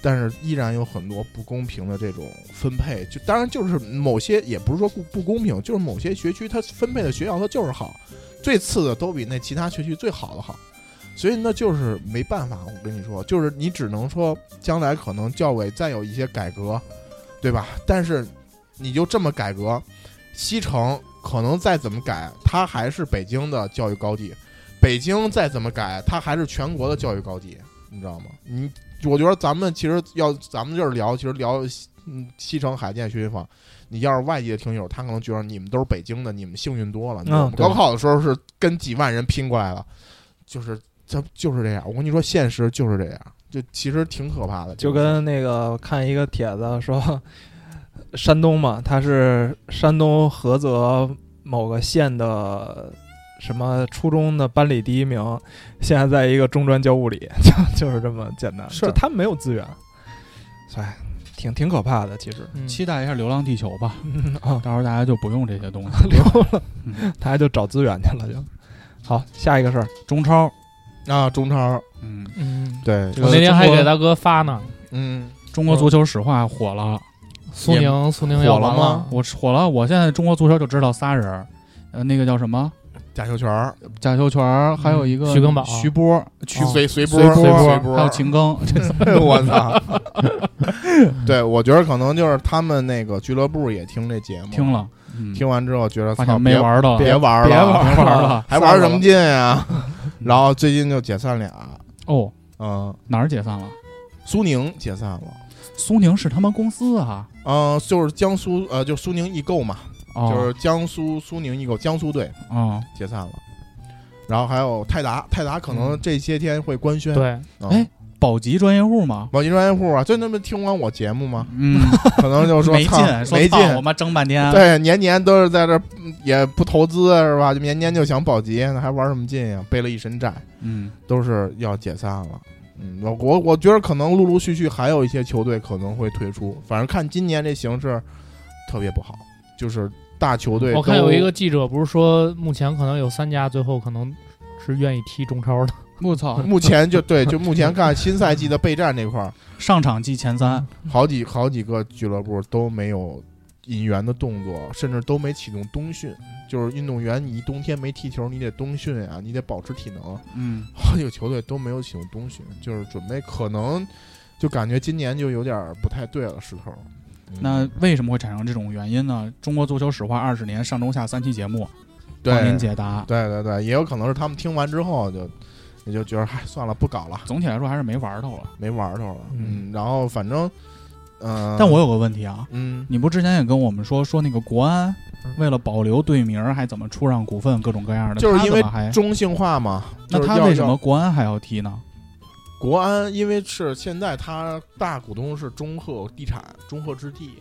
但是依然有很多不公平的这种分配。就当然就是某些也不是说不不公平，就是某些学区它分配的学校它就是好，最次的都比那其他学区最好的好。所以那就是没办法，我跟你说，就是你只能说将来可能教委再有一些改革，对吧？但是你就这么改革，西城可能再怎么改，它还是北京的教育高地；北京再怎么改，它还是全国的教育高地，你知道吗？你我觉得咱们其实要咱们这儿聊，其实聊西嗯西城海淀学区房。你要是外地的听友，他可能觉得你们都是北京的，你们幸运多了。你知道吗嗯对高考的时候是跟几万人拼过来的，就是这就是这样。我跟你说，现实就是这样，就其实挺可怕的。就这个事跟那个看一个帖子说， 山东嘛，它是山东菏泽某个县的什么初中的班里第一名，现在在一个中专教物理， 就就是这么简单。是就他们没有资源，哎，挺挺可怕的。其实嗯期待一下《流浪地球》 吧，嗯啊，到时候大家就不用这些东西。溜了嗯，大家就找资源去了。就好，下一个事儿，中超，儿啊，中超嗯，嗯，对这我个那天还中给国大哥发呢，嗯，中国足球史话火了，苏也宁苏宁要火完了吗？我火了，我现在中国足球就知道仨人儿，呃，那个叫什么贾秀全儿、贾秀全儿，还有一个嗯徐根宝徐波、徐哦随随啊波、哦波、随还有 秦庚，这仨波，我操！ 对，我觉得可能就是他们那个俱乐部也听这节目，听了，嗯听完之后觉得发操，现没别玩儿的了，别玩儿别了，玩别玩儿了还玩什么劲呀？ 然后最近就解散俩， 哦，嗯，哪儿解散了？苏宁解散了。苏宁是他妈公司啊，嗯，就是江苏，呃，就苏宁易购嘛，哦、就是江苏苏宁易购，江苏队啊，解散了。然后还有泰达，泰达可能这些天会官宣。对，嗯，哎保级专业户嘛，网易专业户啊，最他妈听完我节目吗？嗯，可能就说 没操 劲，说没操劲。我妈争半天，对，年年都是在这儿嗯也不投资啊是吧？就年年就想保级，那还玩什么劲呀？啊背了一身债，嗯，都是要解散了。嗯，我我我觉得可能陆陆续续还有一些球队可能会退出，反正看今年这形势特别不好，就是大球队都，我看有一个记者不是说，目前可能有三家最后可能是愿意踢中超的。我操，目前就对，就目前看新赛季的备战这块儿，上场季前三，好几好几个俱乐部都没有引援的动作，甚至都没启动冬训。嗯就是运动员，你冬天没踢球，你得冬训啊，你得保持体能。嗯，好几个球队都没有启动冬训，就是准备，可能就感觉今年就有点不太对了势头。嗯那为什么会产生这种原因呢？中国足球史话二十年，上中下三期节目帮您对解答。对对对，也有可能是他们听完之后就也就觉得，嗨，算了，不搞了，总体来说还是没玩头了。没玩头了。嗯嗯，然后反正，嗯、但我有个问题啊，嗯，你不之前也跟我们说说那个国安为了保留队名儿还怎么出让股份各种各样的，就是因为他怎么还中性化嘛。就那是他要为什要么国安还要踢呢？国安因为是现在它大股东是中赫地产、中赫置地、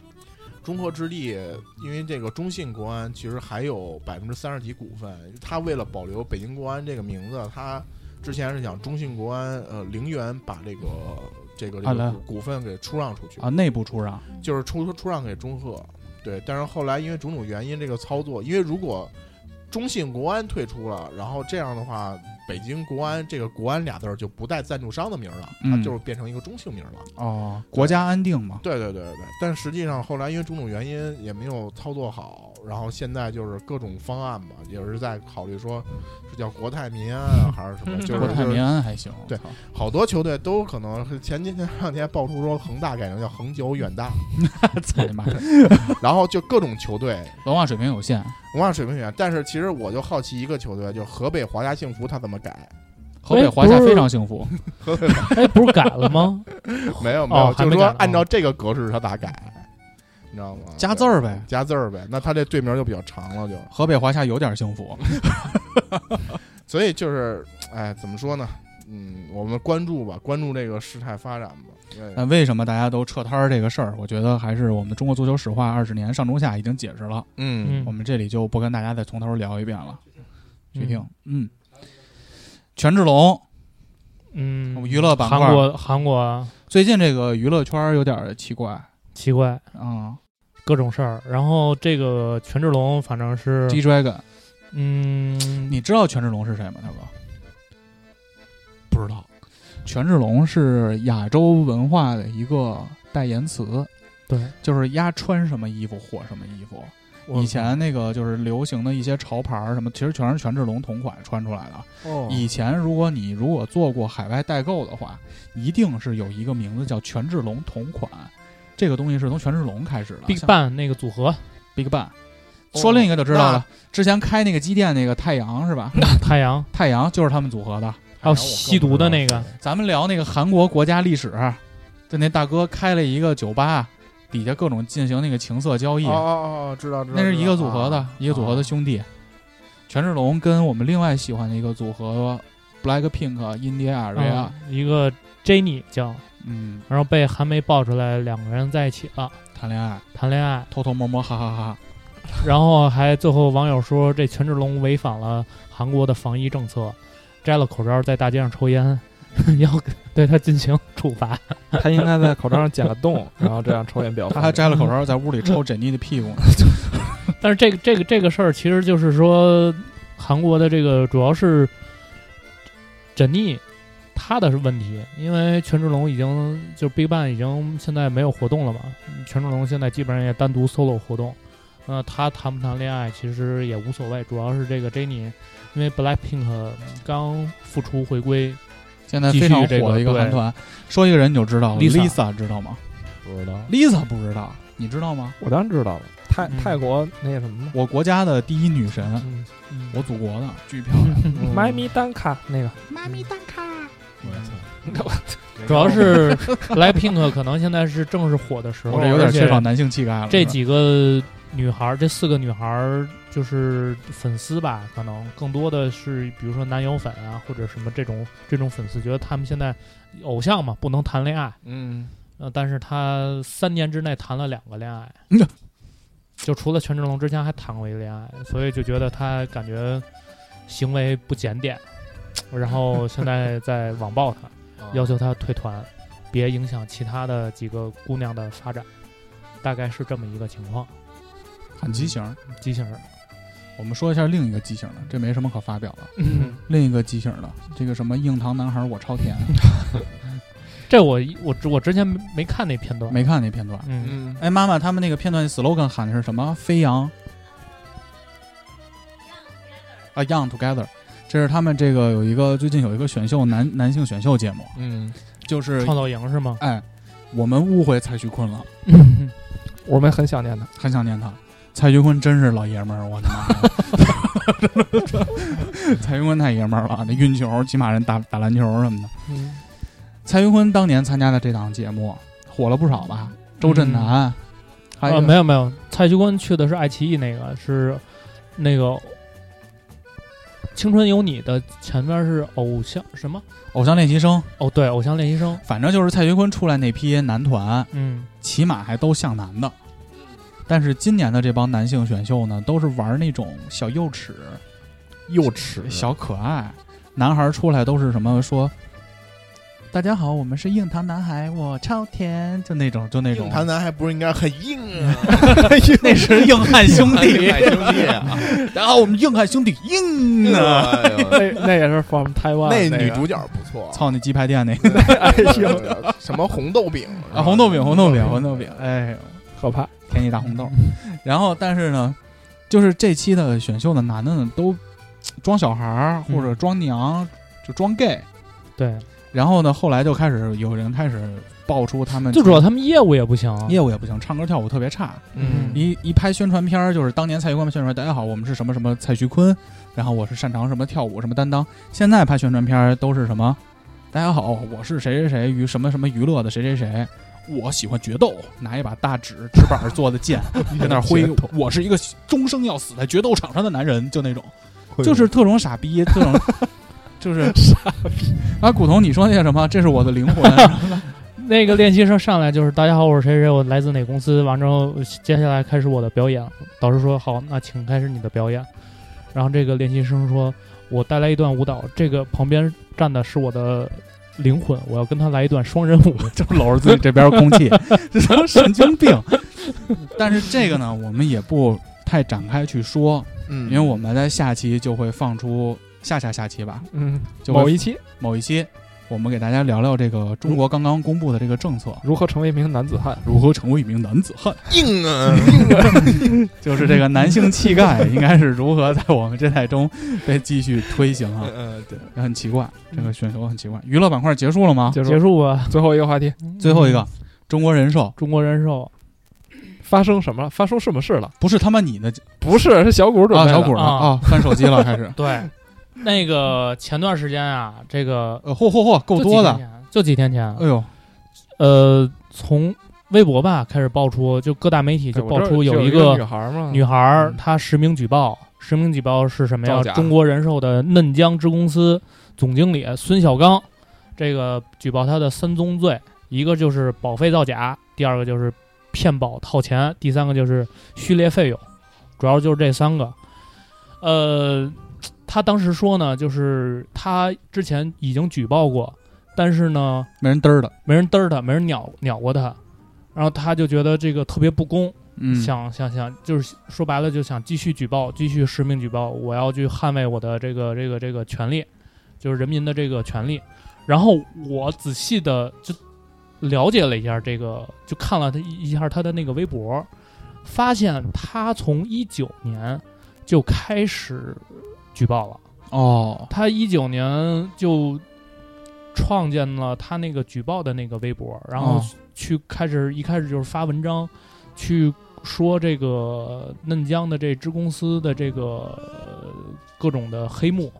中赫置地，因为这个中信国安其实还有百分之三十几股份，他为了保留北京国安这个名字，他之前是想中信国安呃零元把这个这个这啊来个股股份给出让出去啊，，内部出让，就是出出让给中赫，对，但是后来因为种种原因，这个操作，因为如果中信国安退出了，然后这样的话，北京国安这个“国安”俩字儿就不带赞助商的名儿了，它嗯就是变成一个中性名儿了。哦，国家安定嘛。对对对对，但实际上后来因为种种原因也没有操作好，然后现在就是各种方案吧，也是在考虑说是叫国泰民安啊，还是什么，就是嗯国泰民安还行，对操，好多球队都可能是前几天前两天爆出说恒大改成叫恒久远大，操 你妈，然后就各种球队文化水平有限。文化水平远，但是其实我就好奇一个球队，就是河北华夏幸福，他怎么改？河北华夏非常幸嗯福， 哎，不是改了吗？ 没有没有，哦还就没是说改呢按照这个格式他咋改？你知道吗？加字儿呗对，。加字儿呗。那他这队名就比较长了，就河北华夏有点幸福，所以就是，哎，怎么说呢？嗯，我们关注吧，关注这个事态发展吧。对那为什么大家都撤摊儿这个事儿？我觉得还是我们中国足球史话二十年上中下已经解释了，嗯，我们这里就不跟大家再从头聊一遍了，去嗯听。嗯，权志龙嗯，娱乐板块韩国韩国啊最近这个娱乐圈儿有点儿奇怪奇怪啊各种事儿。然后这个权志龙反正是，G Dragon，嗯，你知道权志龙是谁吗？大哥，不知道。权志龙是亚洲文化的一个代言词，对就是丫穿什么衣服火什么衣服。我以前那个就是流行的一些潮牌儿什么，其实全是权志龙同款穿出来的。哦以前如果你如果做过海外代购的话，一定是有一个名字叫权志龙同款，这个东西是从权志龙开始的。 Big 像 Bang 那个组合 Big Bang，说哦另一个就知道了。之前开那个机店那个太阳是吧？太阳， 太阳就是他们组合的。还有吸毒的那个，咱们聊那个韩国国家历史，就那大哥开了一个酒吧，底下各种进行那个情色交易，哦哦哦，知道知道，那是一个知组道啊哦合的，一个组合的。兄弟。权志龙跟我们另外喜欢的一个组合 Blackpink 印第安瑞亚哦啊，一个 Jenny 叫，嗯，然后被韩媒爆出来两个人在一起了，谈恋爱，谈恋爱，偷偷摸摸，哈哈哈哈。然后还最后网友说这权志龙违反了韩国的防疫政策，摘了口罩在大街上抽烟，要对他进行处罚。他应该在口罩上剪个 洞，然后这样抽烟比较他方便。还摘了口罩，在屋里抽珍妮的屁股呢。 但是这个这个这个事儿，其实就是说韩国的这个主要是珍妮她的问题，因为权志龙已经就是 BigBang 已经现在没有活动了嘛，权志龙现在基本上也单独 solo 活动。那他谈不谈恋爱其实也无所谓，主要是这个 Jennie，因为 BLACKPINK 刚复出回归，现在继非续常这火个的一个对韩团，说一个人你就知道了 Lisa ，Lisa 知道吗不知道， ？Lisa 不知道，你知道吗？我当然知道了。泰嗯泰国那什么嘛，我国家的第一女神，嗯，我祖国的，巨漂亮。迈米丹卡那个，我操主要是 BLACKPINK 可能现在是正是火的时候，我这有点而且缺少男性气概了。这是吧几个女孩儿，这四个女孩儿就是粉丝吧，可能更多的是比如说男友粉啊，或者什么这种这种粉丝，觉得他们现在偶像嘛，不能谈恋爱。嗯，呃，但是她三年之内谈了两个恋爱嗯，就除了权志龙之前还谈过一个恋爱，所以就觉得她感觉行为不检点，然后现在在网暴她。要求他退团，别影响其他的几个姑娘的发展，大概是这么一个情况。喊畸形儿。嗯畸形儿，我们说一下另一个畸形儿的，这没什么可发表了。嗯，另一个畸形儿的，这个什么硬糖男孩儿我超甜， 这我我之我之前没没看那片段，没看那片段。嗯，嗯，哎，妈妈，他们那个片段 slogan 喊的是什么？飞扬啊，Young Together，这是他们这个有一个最近有一个选秀男男性选秀节目，嗯，就是创造营是吗？哎，我们误会蔡徐坤了，我们很想念他。很想念他。蔡徐坤真是老爷们儿，我的妈呀！ 蔡徐坤太爷们儿了，那运球、骑马人打打篮球什么的。嗯，蔡徐坤当年参加的这档节目火了不少吧？周震南，还有啊，一个嗯没有没有，蔡徐坤去的是爱奇艺那个，是那个《青春有你》的前面是偶像什么？偶像练习生，哦，对，偶像练习生。反正就是蔡徐坤出来那批男团，嗯，起码还都像男的。但是今年的这帮男性选秀呢，都是玩那种小幼齿、幼齿小可爱，男孩出来都是什么说？大家好，我们是硬糖男孩，我超甜，就那种，就 那种硬，谈男还不是应该很硬啊？ 那是 硬汉兄 弟。哎兄弟啊，然后我们硬汉兄弟硬啊！哎呦 那那也是 from 台湾那个女主角不 错，操你鸡排店那个。 哎 呦，什么红豆饼啊，红豆饼，红豆饼，红豆饼，哎呦，可怕。天气大红豆。然后，但是呢，就是这期的选秀的男的呢，都装小孩儿或者装娘，就装 gay。对，然后呢，后来就开始有人开始爆出他们最主要他们业务也不行啊。业务也不行，唱歌跳舞特别差。嗯一一拍宣传片儿，就是当年蔡徐坤宣传，大家好，我们是什么什么蔡徐坤，然后我是擅长什么跳舞什么担当。现在拍宣传片儿都是什么？大家好，我是谁谁谁娱什么什么娱乐的谁谁谁，我喜欢决斗，拿一把大指纸板儿做的 剑在那儿挥，我是一个终生要死在决斗场上的男人，就那种，就是特种傻逼， 特种就是傻逼。啊，古潼，你说那个什么？这是我的灵 魂，那个练习生上来就是大家好，我是谁谁，我来自哪公司。完之后，接下来开始我的表演。导师说好，那请开始你的表演。然后这个练习生说，我带来一段舞蹈，这个旁边站的是我的灵魂，我要跟他来一段双人舞。就 搂着自己这边空气，这都神经病。但是这个呢，我们也不太展开去说，嗯，因为我们在下期就会放出下下下期吧， 嗯，就会某一期某一期，我们给大家聊聊这个中国刚刚公布的这个政策，如何成为一名男子汉？如何成为一名男子汉，硬啊，嗯就是这个男性气概应该是如何在我们这代中被继续推行啊，嗯，对，也很奇怪，这个选手很奇怪。娱乐板块结束了吗？结束结束吧，最后一个话题，最后一个中国人寿中国人寿发生什么了？发生什么事了？不是他妈你的不是，是小谷准啊，备的。小谷了啊啊，翻手机了开始。 对，那个前段时间啊，这个呃，嚯嚯嚯，够多的。，就几天前，啊哎呦，呃，从微博吧开始爆出，就各大媒体对就哎我爆这儿出就有一个个女孩儿嘛，女孩儿嗯她实名举报，实名举报是什么呀造假？中国人寿的嫩江支公司总经理孙小刚，这个举报他的三宗罪，一个就是保费造假，第二个就是骗保套钱，第三个就是序列费用，主要就是这三个。呃，他当时说呢，就是他之前已经举报过，但是呢，没人嘚儿的，没人嘚儿他，没人鸟鸟过他，然后他就觉得这个特别不公，嗯，想想想，就是说白了，就想继续举报，继续实名举报，我要去捍卫我的这个这个这个权利，就是人民的这个权利。然后我仔细的就了解了一下这个，就看了他一一下他的那个微博，发现他从一九年就开始举报了。哦，他一九年就创建了他那个举报的那个微博，然后哦去开始、一开始就是发文章，去说这个嫩江的这支公司的这个、呃各种的黑幕。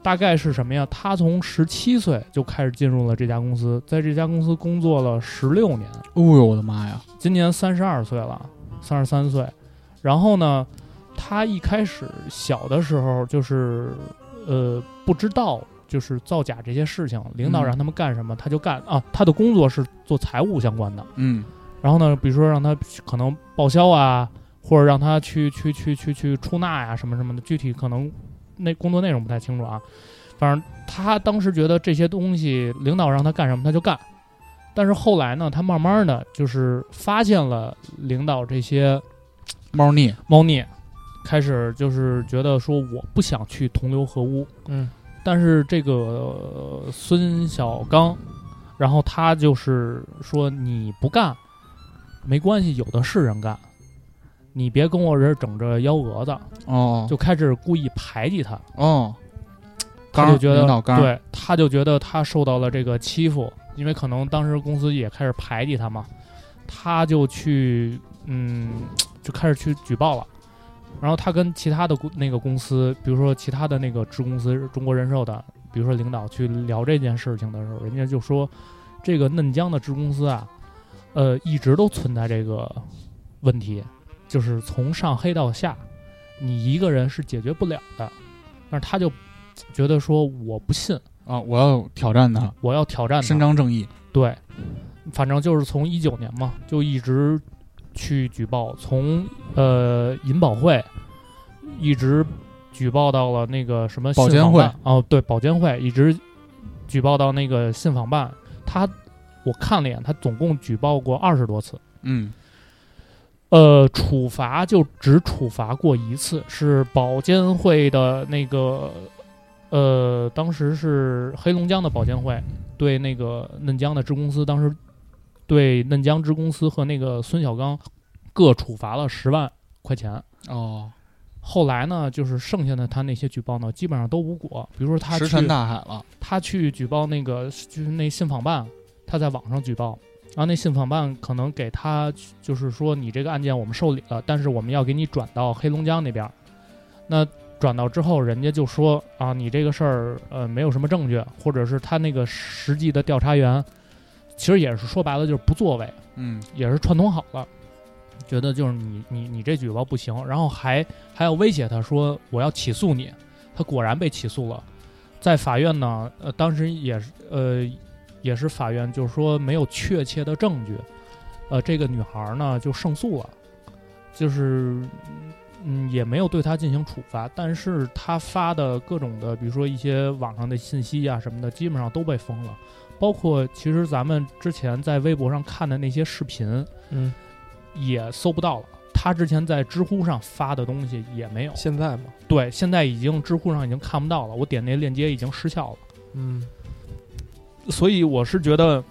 大概是什么呀？他从十七岁就开始进入了这家公司，在这家公司工作了十六年，哦呦我的妈呀，今年三十二岁了，三十三岁。然后呢，他一开始小的时候就是呃不知道就是造假这些事情，领导嗯让他们干什么他就干啊。他的工作是做财务相关的，嗯，然后呢，比如说让他可能报销啊，或者让他去去去去去出纳呀、什么什么的，具体可能那工作内容不太清楚啊。反正他当时觉得这些东西领导让他干什么他就干，但是后来呢，他慢慢的就是发现了领导这些猫腻，猫腻，开始就是觉得说我不想去同流合污，嗯，但是这个、呃孙小刚，然后他就是说你不干没关系，有的是人干，你别跟我这儿整这幺蛾子，哦，就开始故意排挤他，哦，他刚就觉得领导刚对，他就觉得他受到了这个欺负，因为可能当时公司也开始排挤他嘛，他就去嗯，就开始去举报了。然后他跟其他的公那个公司，比如说其他的那个支公司中国人寿的，比如说领导去聊这件事情的时候，人家就说，这个嫩江的支公司啊，呃，一直都存在这个问题，就是从上黑到下，你一个人是解决不了的。但是他就觉得说我不信，啊，我要挑战他，我要挑战他伸张正义，对，反正就是从一九年嘛，就一直去举报，从呃银保会一直举报到了那个什么保信监访会办哦，对，保监会一直举报到那个信访办，他我看了一眼，他总共举报过二十多次。嗯，呃，处罚就只处罚过一次，是保监会的那个，呃，当时是黑龙江的保监会对那个嫩江的支公司，当时对嫩江支公司和那个孙小刚各处罚了十万块钱。哦，后来呢，啊就是剩下的他那些举报呢，基本上都无果。比如说他石去沉大海了，他去举报那个就是那信访办，他在网上举报，然后那信访办可能给他就是说你这个案件我们受理了，但是我们要给你转到黑龙江那边儿。那转到之后，人家就说啊，你这个事儿呃没有什么证据，或者是他那个实际的调查员，其实也是说白了就是不作为，嗯，也是串通好了，觉得就是你你你这举报不行，然后还还要威胁他说我要起诉你，他果然被起诉了，在法院呢，呃，当时也是呃也是法院就是说没有确切的证据，呃，这个女孩呢就胜诉了，就是。嗯，也没有对她进行处罚，但是她发的各种的，比如说一些网上的信息啊什么的，基本上都被封了。包括其实咱们之前在微博上看的那些视频嗯，也搜不到了，他之前在知乎上发的东西也没有。现在嘛，对，现在已经知乎上已经看不到了，我点那链接已经失效了。嗯，所以我是觉得，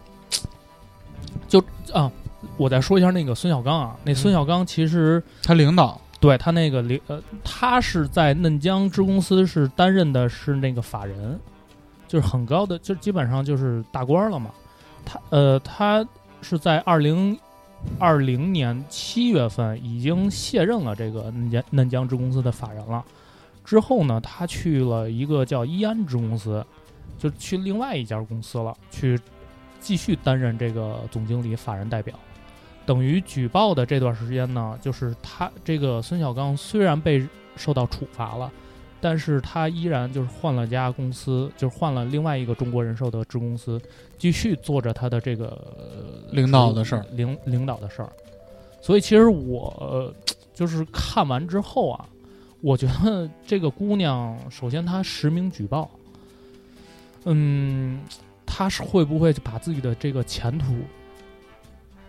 就啊，我再说一下那个孙小刚啊，那孙小刚其实、他领导，对他那个领呃，他是在嫩江支公司是担任的是那个法人，就是很高的，就基本上就是大官儿了嘛。他呃，他是在二零二零年七月份已经卸任了这个嫩江嫩江支公司的法人了。之后呢，他去了一个叫伊安支公司，就去另外一家公司了，去继续担任这个总经理、法人代表。等于举报的这段时间呢，就是他这个孙小刚虽然被受到处罚了，但是他依然就是换了家公司，就是换了另外一个中国人寿的子公司，继续做着他的这个、呃领导的事儿，领领导的事儿。所以其实我、呃就是看完之后啊，我觉得这个姑娘，首先她实名举报，嗯，她是会不会就把自己的这个前途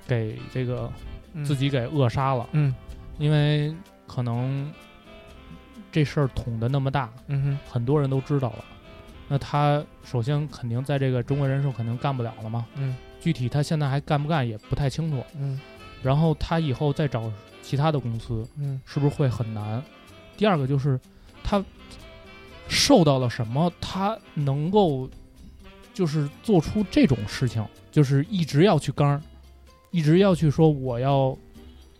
给这个自己给扼杀了？嗯因为可能这事儿捅的那么大，嗯哼，很多人都知道了。那她首先肯定在这个中国人寿肯定干不了了嘛，嗯具体她现在还干不干也不太清楚。嗯然后她以后再找其他的公司，嗯是不是会很难？第二个就是他受到了什么，他能够就是做出这种事情，就是一直要去刚儿，一直要去说我要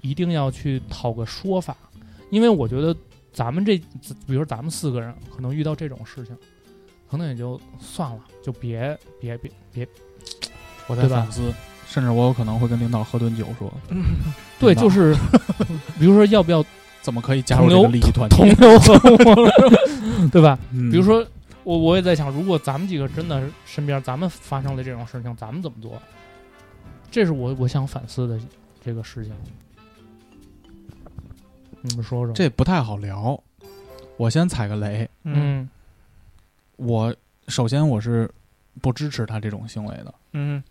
一定要去讨个说法，因为我觉得咱们这，比如说咱们四个人，可能遇到这种事情，可能也就算了，就别别别别，我在对吧反思，甚至我有可能会跟领导喝顿酒说，对，领导 就是比如说要不要怎么可以加入这个利益团同体，流合 污，对吧？嗯比如说，我我也在想，如果咱们几个真的身边咱们发生了这种事情，咱们怎么做？这是我我想反思的这个事情。你们说说，这不太好聊，我先踩个雷，嗯我首先我是不支持他这种行为的，嗯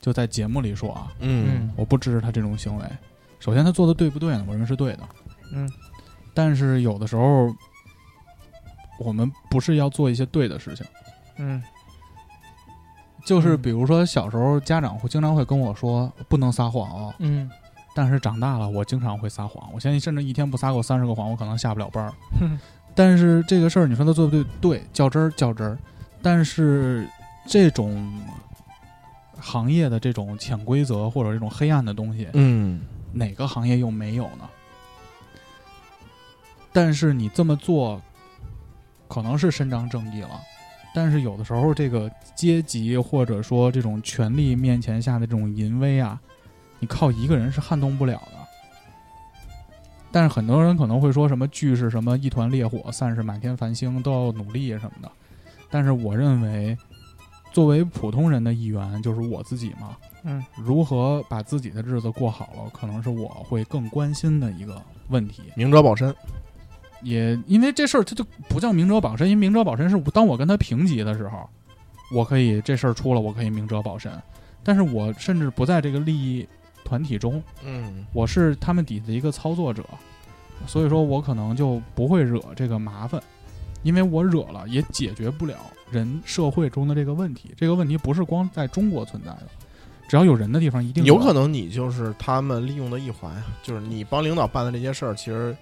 就在节目里说啊，嗯嗯我不支持他这种行为，首先他做的对不对呢？我认为是对的，嗯，但是有的时候我们不是要做一些对的事情，嗯就是比如说小时候家长会经常会跟我说不能撒谎哦、嗯，但是长大了我经常会撒谎，我现在甚至一天不撒够三十个谎，我可能下不了班儿。哼但是这个事儿，你说他对不对？对，较真儿较真儿。但是这种行业的这种潜规则或者这种黑暗的东西，嗯，哪个行业又没有呢？但是你这么做，可能是伸张正义了，但是有的时候这个阶级或者说这种权力面前下的这种淫威啊，你靠一个人是撼动不了的。但是很多人可能会说什么聚是什么一团烈火，散是满天繁星，都要努力什么的。但是我认为，作为普通人的一员，就是我自己嘛，嗯如何把自己的日子过好了，可能是我会更关心的一个问题。明哲保身，也因为这事儿，它就不叫明哲保身，因为明哲保身是当我跟他平级的时候，我可以这事儿出了，我可以明哲保身。但是我甚至不在这个利益团体中，嗯我是他们底下的一个操作者，所以说我可能就不会惹这个麻烦，因为我惹了也解决不了人社会中的这个问题。这个问题不是光在中国存在的，只要有人的地方一定有可能。能你就是他们利用的一环啊，就是你帮领导办的这些事儿，其实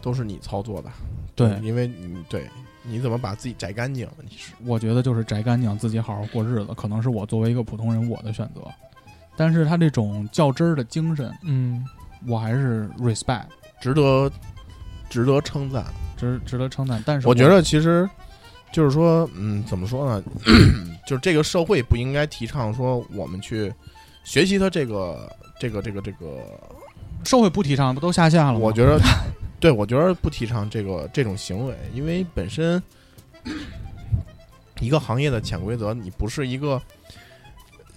都是你操作的。对因为你对你怎么把自己摘干净？你是我觉得就是宅干净，自己好好过日子，可能是我作为一个普通人我的选择。但是他这种较真儿的精神，嗯，我还是 respect，值得值得称赞。值值得称赞。但是我觉得其实就是说，嗯，怎么说呢？ 就是这个社会不应该提倡说我们去学习他这个这个这个这个。社会不提倡，不都下线了吗？我觉得，对我觉得不提倡这个这种行为，因为本身一个行业的潜规则，你不是一个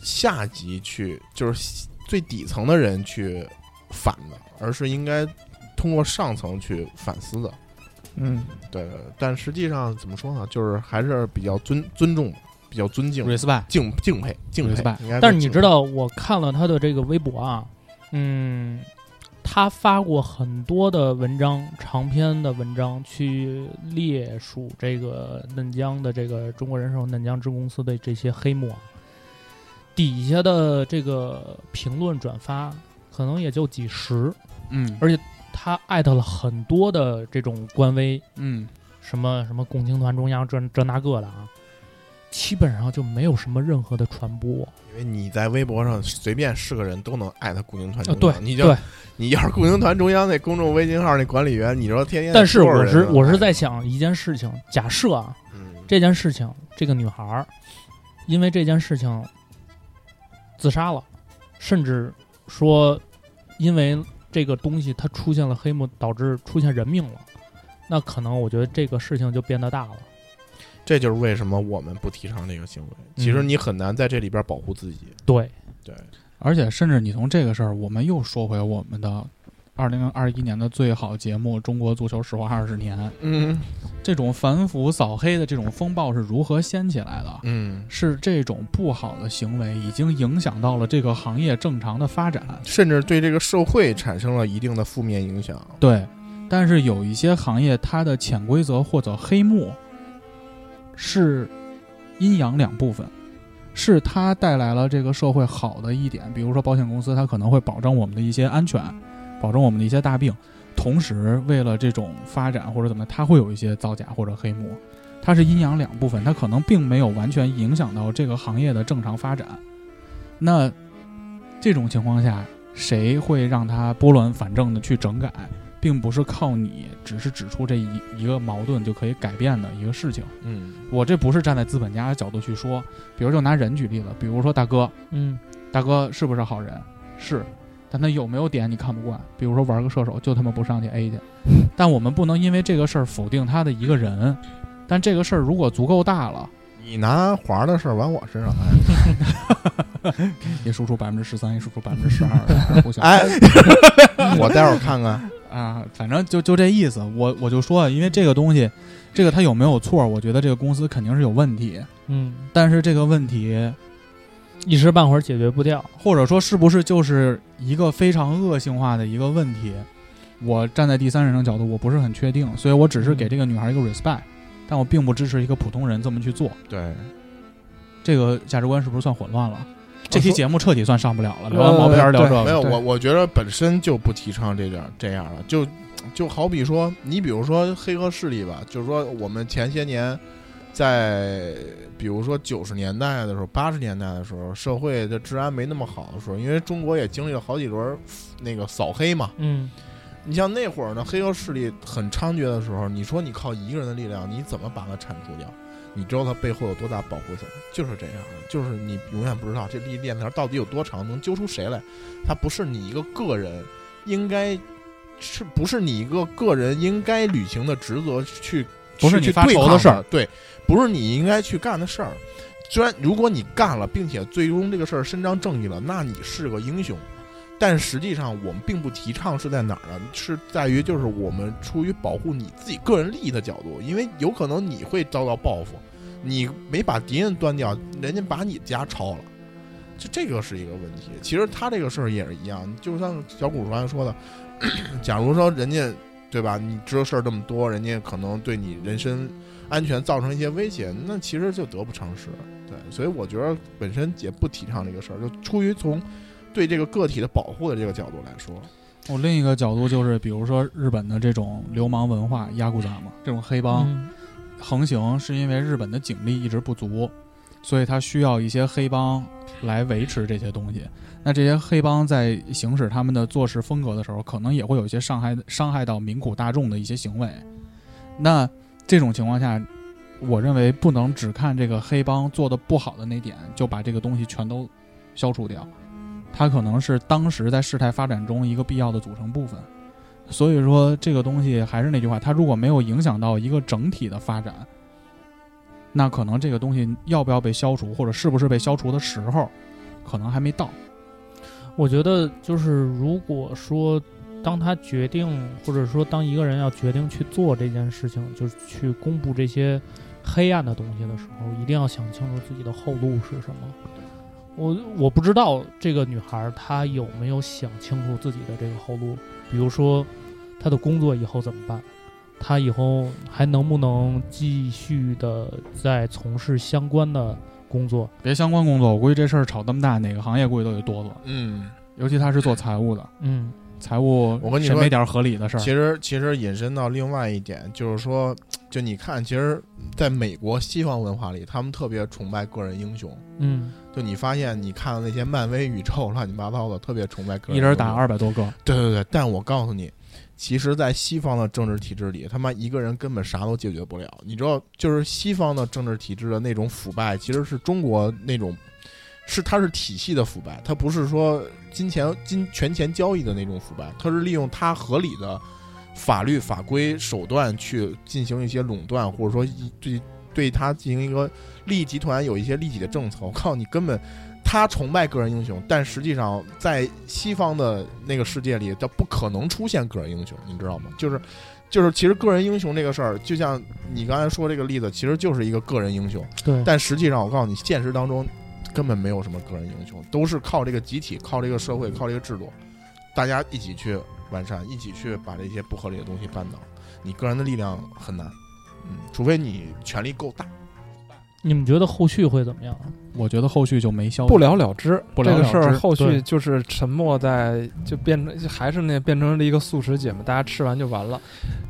下级去，就是最底层的人去反的，而是应该通过上层去反思的。嗯对，对对但实际上怎么说呢？就是还是比较尊尊重，比较尊敬、 respect，敬敬佩、敬佩 Respect。应该但说是你敬知佩，道，我看了他的这个微博啊，嗯，他发过很多的文章，长篇的文章去列数这个嫩江的这个中国人寿嫩江支公司的这些黑幕啊，底下的这个评论转发可能也就几十，嗯而且他艾特了很多的这种官微，嗯，什么什么共青团中央这这那个的啊，基本上就没有什么任何的传播。因为你在微博上随便是个人都能艾特共青团啊，中对央，，你就对，你要是共青团中央那公众微信号那管理员，你说天天得但是多少我人是啊我是在想一件事情，假设啊，嗯这件事情，这个女孩儿因为这件事情自杀了，甚至说因为这个东西它出现了黑幕，导致出现人命了，那可能我觉得这个事情就变得大了。这就是为什么我们不提倡这个行为。其嗯实你很难在这里边保护自己。对，对，而且甚至你从这个事儿，我们又说回我们的二零二一年的最好节目《中国足球实话二十年》，嗯这种反腐扫黑的这种风暴是如何掀起来的？嗯，是这种不好的行为已经影响到了这个行业正常的发展。甚至对这个社会产生了一定的负面影响。对，但是有一些行业它的潜规则或者黑幕是阴阳两部分，是它带来了这个社会好的一点，比如说保险公司它可能会保障我们的一些安全，保证我们的一些大病，同时为了这种发展或者怎么，它会有一些造假或者黑幕。它是阴阳两部分，它可能并没有完全影响到这个行业的正常发展。那这种情况下，谁会让它拨乱反正的去整改？并不是靠你只是指出这一一个矛盾就可以改变的一个事情。嗯我这不是站在资本家的角度去说，比如就拿人举例子，比如说大哥，嗯大哥是不是好人？是，但他有没有点你看不惯？比如说玩个射手，就他妈不上 去 A 去。但我们不能因为这个事儿否定他的一个人。但这个事儿如果足够大了，你拿华儿的事儿往我身上也输出百分之十三，也输出百分之 十二，不行。哎， 哎， 我待会儿看看。啊，反正就就这意思。我我就说，因为这个东西，这个他有没有错，我觉得这个公司肯定是有问题。嗯，但是这个问题，一时半会儿解决不掉。或者说是不是就是一个非常恶性化的一个问题？我站在第三人称角度，我不是很确定，所以我只是给这个女孩一个 respect，但我并不支持一个普通人这么去做。对，这个价值观是不是算混乱了？这期说节目彻底算上不了了，聊完毛片儿聊这对个，没有对我，我觉得本身就不提倡这点儿这样了，就就好比说，你比如说黑恶势力吧，就是说我们前些年在比如说九十年代的时候、八十年代的时候，社会的治安没那么好的时候，因为中国也经历了好几轮儿那个扫黑嘛，嗯，你像那会儿呢，黑恶势力很猖獗的时候，你说你靠一个人的力量，你怎么把它铲除掉？你知道它背后有多大保护伞？就是这样的，就是你永远不知道这粒链条到底有多长，能揪出谁来。它不是你一个个人应该是不是你一个个人应该履行的职责去，不是去你去发对愁的抗事儿对，不是你应该去干的事儿。虽然如果你干了，并且最终这个事儿伸张正义了，那你是个英雄。但实际上，我们并不提倡是在哪儿呢？是在于就是我们出于保护你自己个人利益的角度，因为有可能你会遭到报复，你没把敌人端掉，人家把你家抄了，这这个是一个问题。其实他这个事儿也是一样，就像小谷刚才说的， 假如说人家对吧，你知道事儿这么多，人家可能对你人身安全造成一些威胁，那其实就得不偿失。对，所以我觉得本身也不提倡这个事儿，就出于从对这个个体的保护的这个角度来说，我另一个角度就是，比如说日本的这种流氓文化，压古扎嘛，这种黑帮、嗯横行，是因为日本的警力一直不足，所以它需要一些黑帮来维持这些东西。那这些黑帮在行使他们的做事风格的时候，可能也会有一些伤害伤害到民苦大众的一些行为。那这种情况下，我认为不能只看这个黑帮做的不好的那点，就把这个东西全都消除掉。它可能是当时在事态发展中一个必要的组成部分。所以说，这个东西还是那句话，它如果没有影响到一个整体的发展，那可能这个东西要不要被消除，或者是不是被消除的时候，可能还没到。我觉得就是如果说当他决定，或者说当一个人要决定去做这件事情，就是去公布这些黑暗的东西的时候，一定要想清楚自己的后路是什么。我我不知道这个女孩她有没有想清楚自己的这个后路，比如说她的工作以后怎么办，她以后还能不能继续的在从事相关的工作？别相关工作，我估计这事儿吵这么大，哪个行业估计都得哆嗦。嗯，尤其他是做财务的，嗯，财 务我跟你谁说没点儿合理的事儿？其实其实引申到另外一点，就是说，就你看，其实在美国西方文化里，他们特别崇拜个人英雄。嗯，就你发现，你看那些漫威宇宙乱七八糟的，特别崇拜个人一英雄人打二百多个，对对对，但我告诉你，其实，在西方的政治体制里，他妈一个人根本啥都解决不了。你知道，就是西方的政治体制的那种腐败，其实是中国那种，是它是体系的腐败，它不是说金钱金权钱交易的那种腐败，它是利用它合理的法律法规手段去进行一些垄断，或者说一对对它进行一个利益集团有一些利己的政策。我告诉你，根本他崇拜个人英雄，但实际上在西方的那个世界里，他不可能出现个人英雄，你知道吗？就是，就是，其实个人英雄这个事儿，就像你刚才说这个例子，其实就是一个个人英雄，对，但实际上我告诉你，现实当中根本没有什么个人英雄，都是靠这个集体、靠这个社会、靠这个制度，大家一起去完善，一起去把这些不合理的东西扳倒。你个人的力量很难，嗯，除非你权力够大。你们觉得后续会怎么样？我觉得后续就没消息不了了之，哦不了这了个之。事儿后续对就是沉默在，就变成就还是那变成了一个素食节目，大家吃完就完了。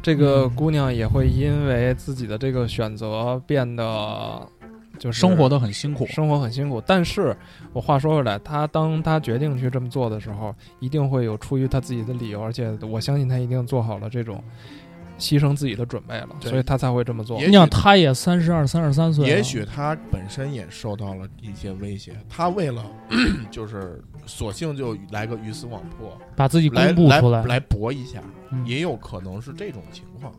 这个嗯姑娘也会因为自己的这个选择变得就是生活的很辛苦，生活很辛苦。但是我话说回来，她当她决定去这么做的时候，一定会有出于她自己的理由，而且我相信她一定做好了这种牺牲自己的准备了，对所以她才会这么做也。许你想，他也三十二、三十三岁了，也许他本身也受到了一些威胁，他为了 就是索性就来个鱼死网破，把自己来公布来出来，来搏一下，嗯也有可能是这种情况。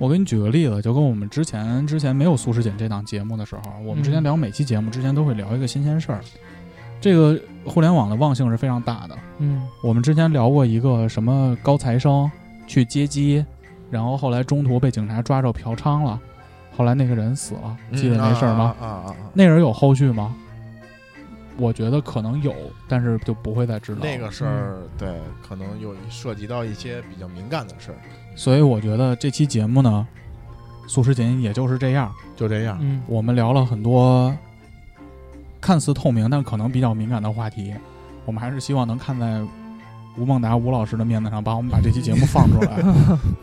我给你举个例子，就跟我们之前之前没有《素食锦》这档节目的时候，我们之前嗯聊每期节目之前都会聊一个新鲜事儿。这个互联网的旺性是非常大的。嗯我们之前聊过一个什么高材生去接机，然后后来中途被警察抓着嫖娼嗯了，啊后来那个人死了，记得那事儿吗？啊啊啊！那人有后续吗？我觉得可能有，但是就不会再知道那个了事儿，对，可能有涉及到一些比较敏感的事儿，所以我觉得这期节目呢，素食锦也就是这样。就这样。嗯，我们聊了很多看似透明但可能比较敏感的话题，我们还是希望能看在吴孟达吴老师的面子上，把我们把这期节目放出来，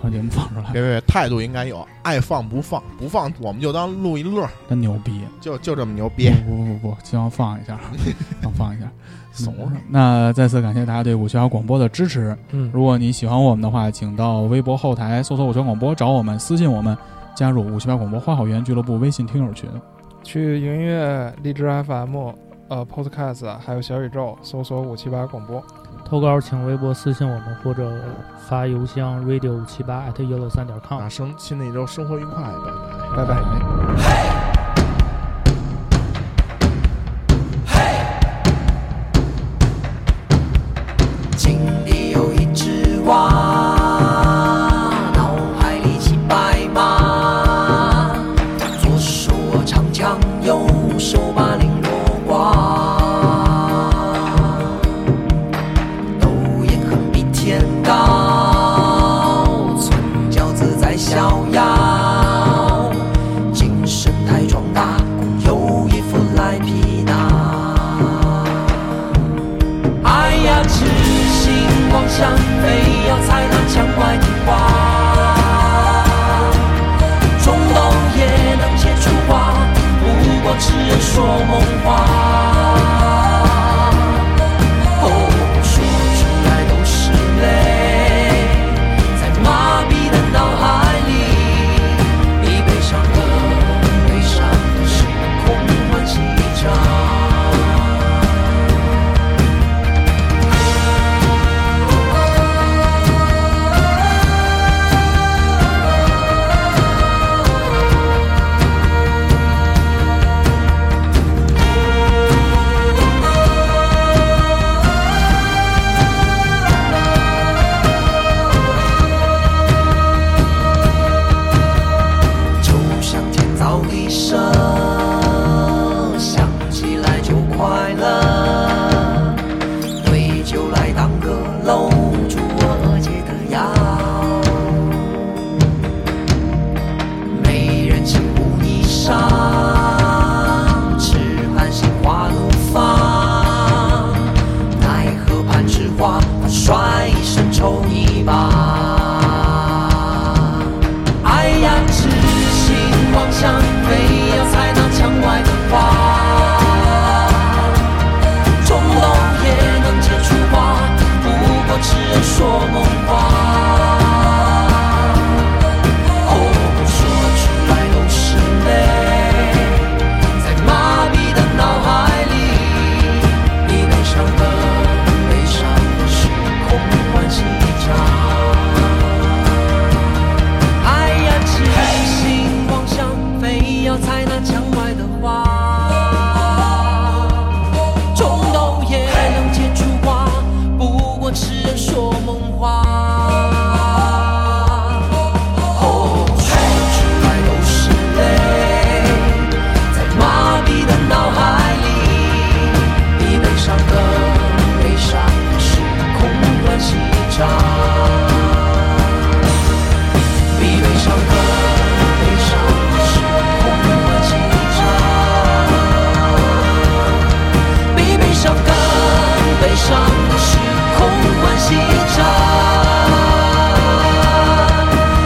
把节目放出来，别别别，态度应该有，爱放不放，不放我们就当录一乐，真牛逼！就就这么牛逼。嗯不不不不，希望放一下，想放一下，怂嗯那再次感谢大家对武侠广播的支持。嗯，如果你喜欢我们的话，请到微博后台搜索“武侠广播”，找我们私信我们，加入武侠广播花好园俱乐部微信听友群。去云音乐、荔枝 FM、呃 Podcast，还有小宇宙搜索五七八广播。投稿请微博私信我们或者发邮箱 radio 五七八 at 幺六三点 com 啊，。生新的一周生活愉快，拜拜。拜拜。井里有一只蛙，脑海里骑白马，左手握长枪，右手把绫罗挂，斗艳横比天高，寸脚自在逍遥，精神太壮大，故有一副赖皮囊。哎呀，痴心妄想，非要踩到墙外的花，冲动也能结出花，不过痴人说梦话。哦，说出来都是泪，在麻痹的脑海里，你悲伤的，悲伤的是空欢喜一场。就像天造地设，想起来就快乐。对酒来当歌，搂住我解的腰。美人轻舞霓裳，痴汉心花怒放。奈何攀枝花，换帅一身臭泥巴。哎呀，痴心妄想，非要踩到墙外的花。钟楼也能结出花，不过痴人说梦话。哦，说出来都是泪，在麻痹的脑海里，你悲伤的，悲伤的是空欢喜一场。哎呀，痴心妄想，非要采那墙外的花。冲动也能结出花，不过痴人说梦话。哦，说出来都是泪，在麻痹的脑海里，你悲伤的，悲伤的是空欢喜一场。比悲伤更悲伤的是空欢喜一场，比悲伤更悲伤的是空欢喜一场，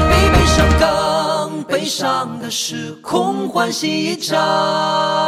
比悲伤更悲伤的是空欢喜一场。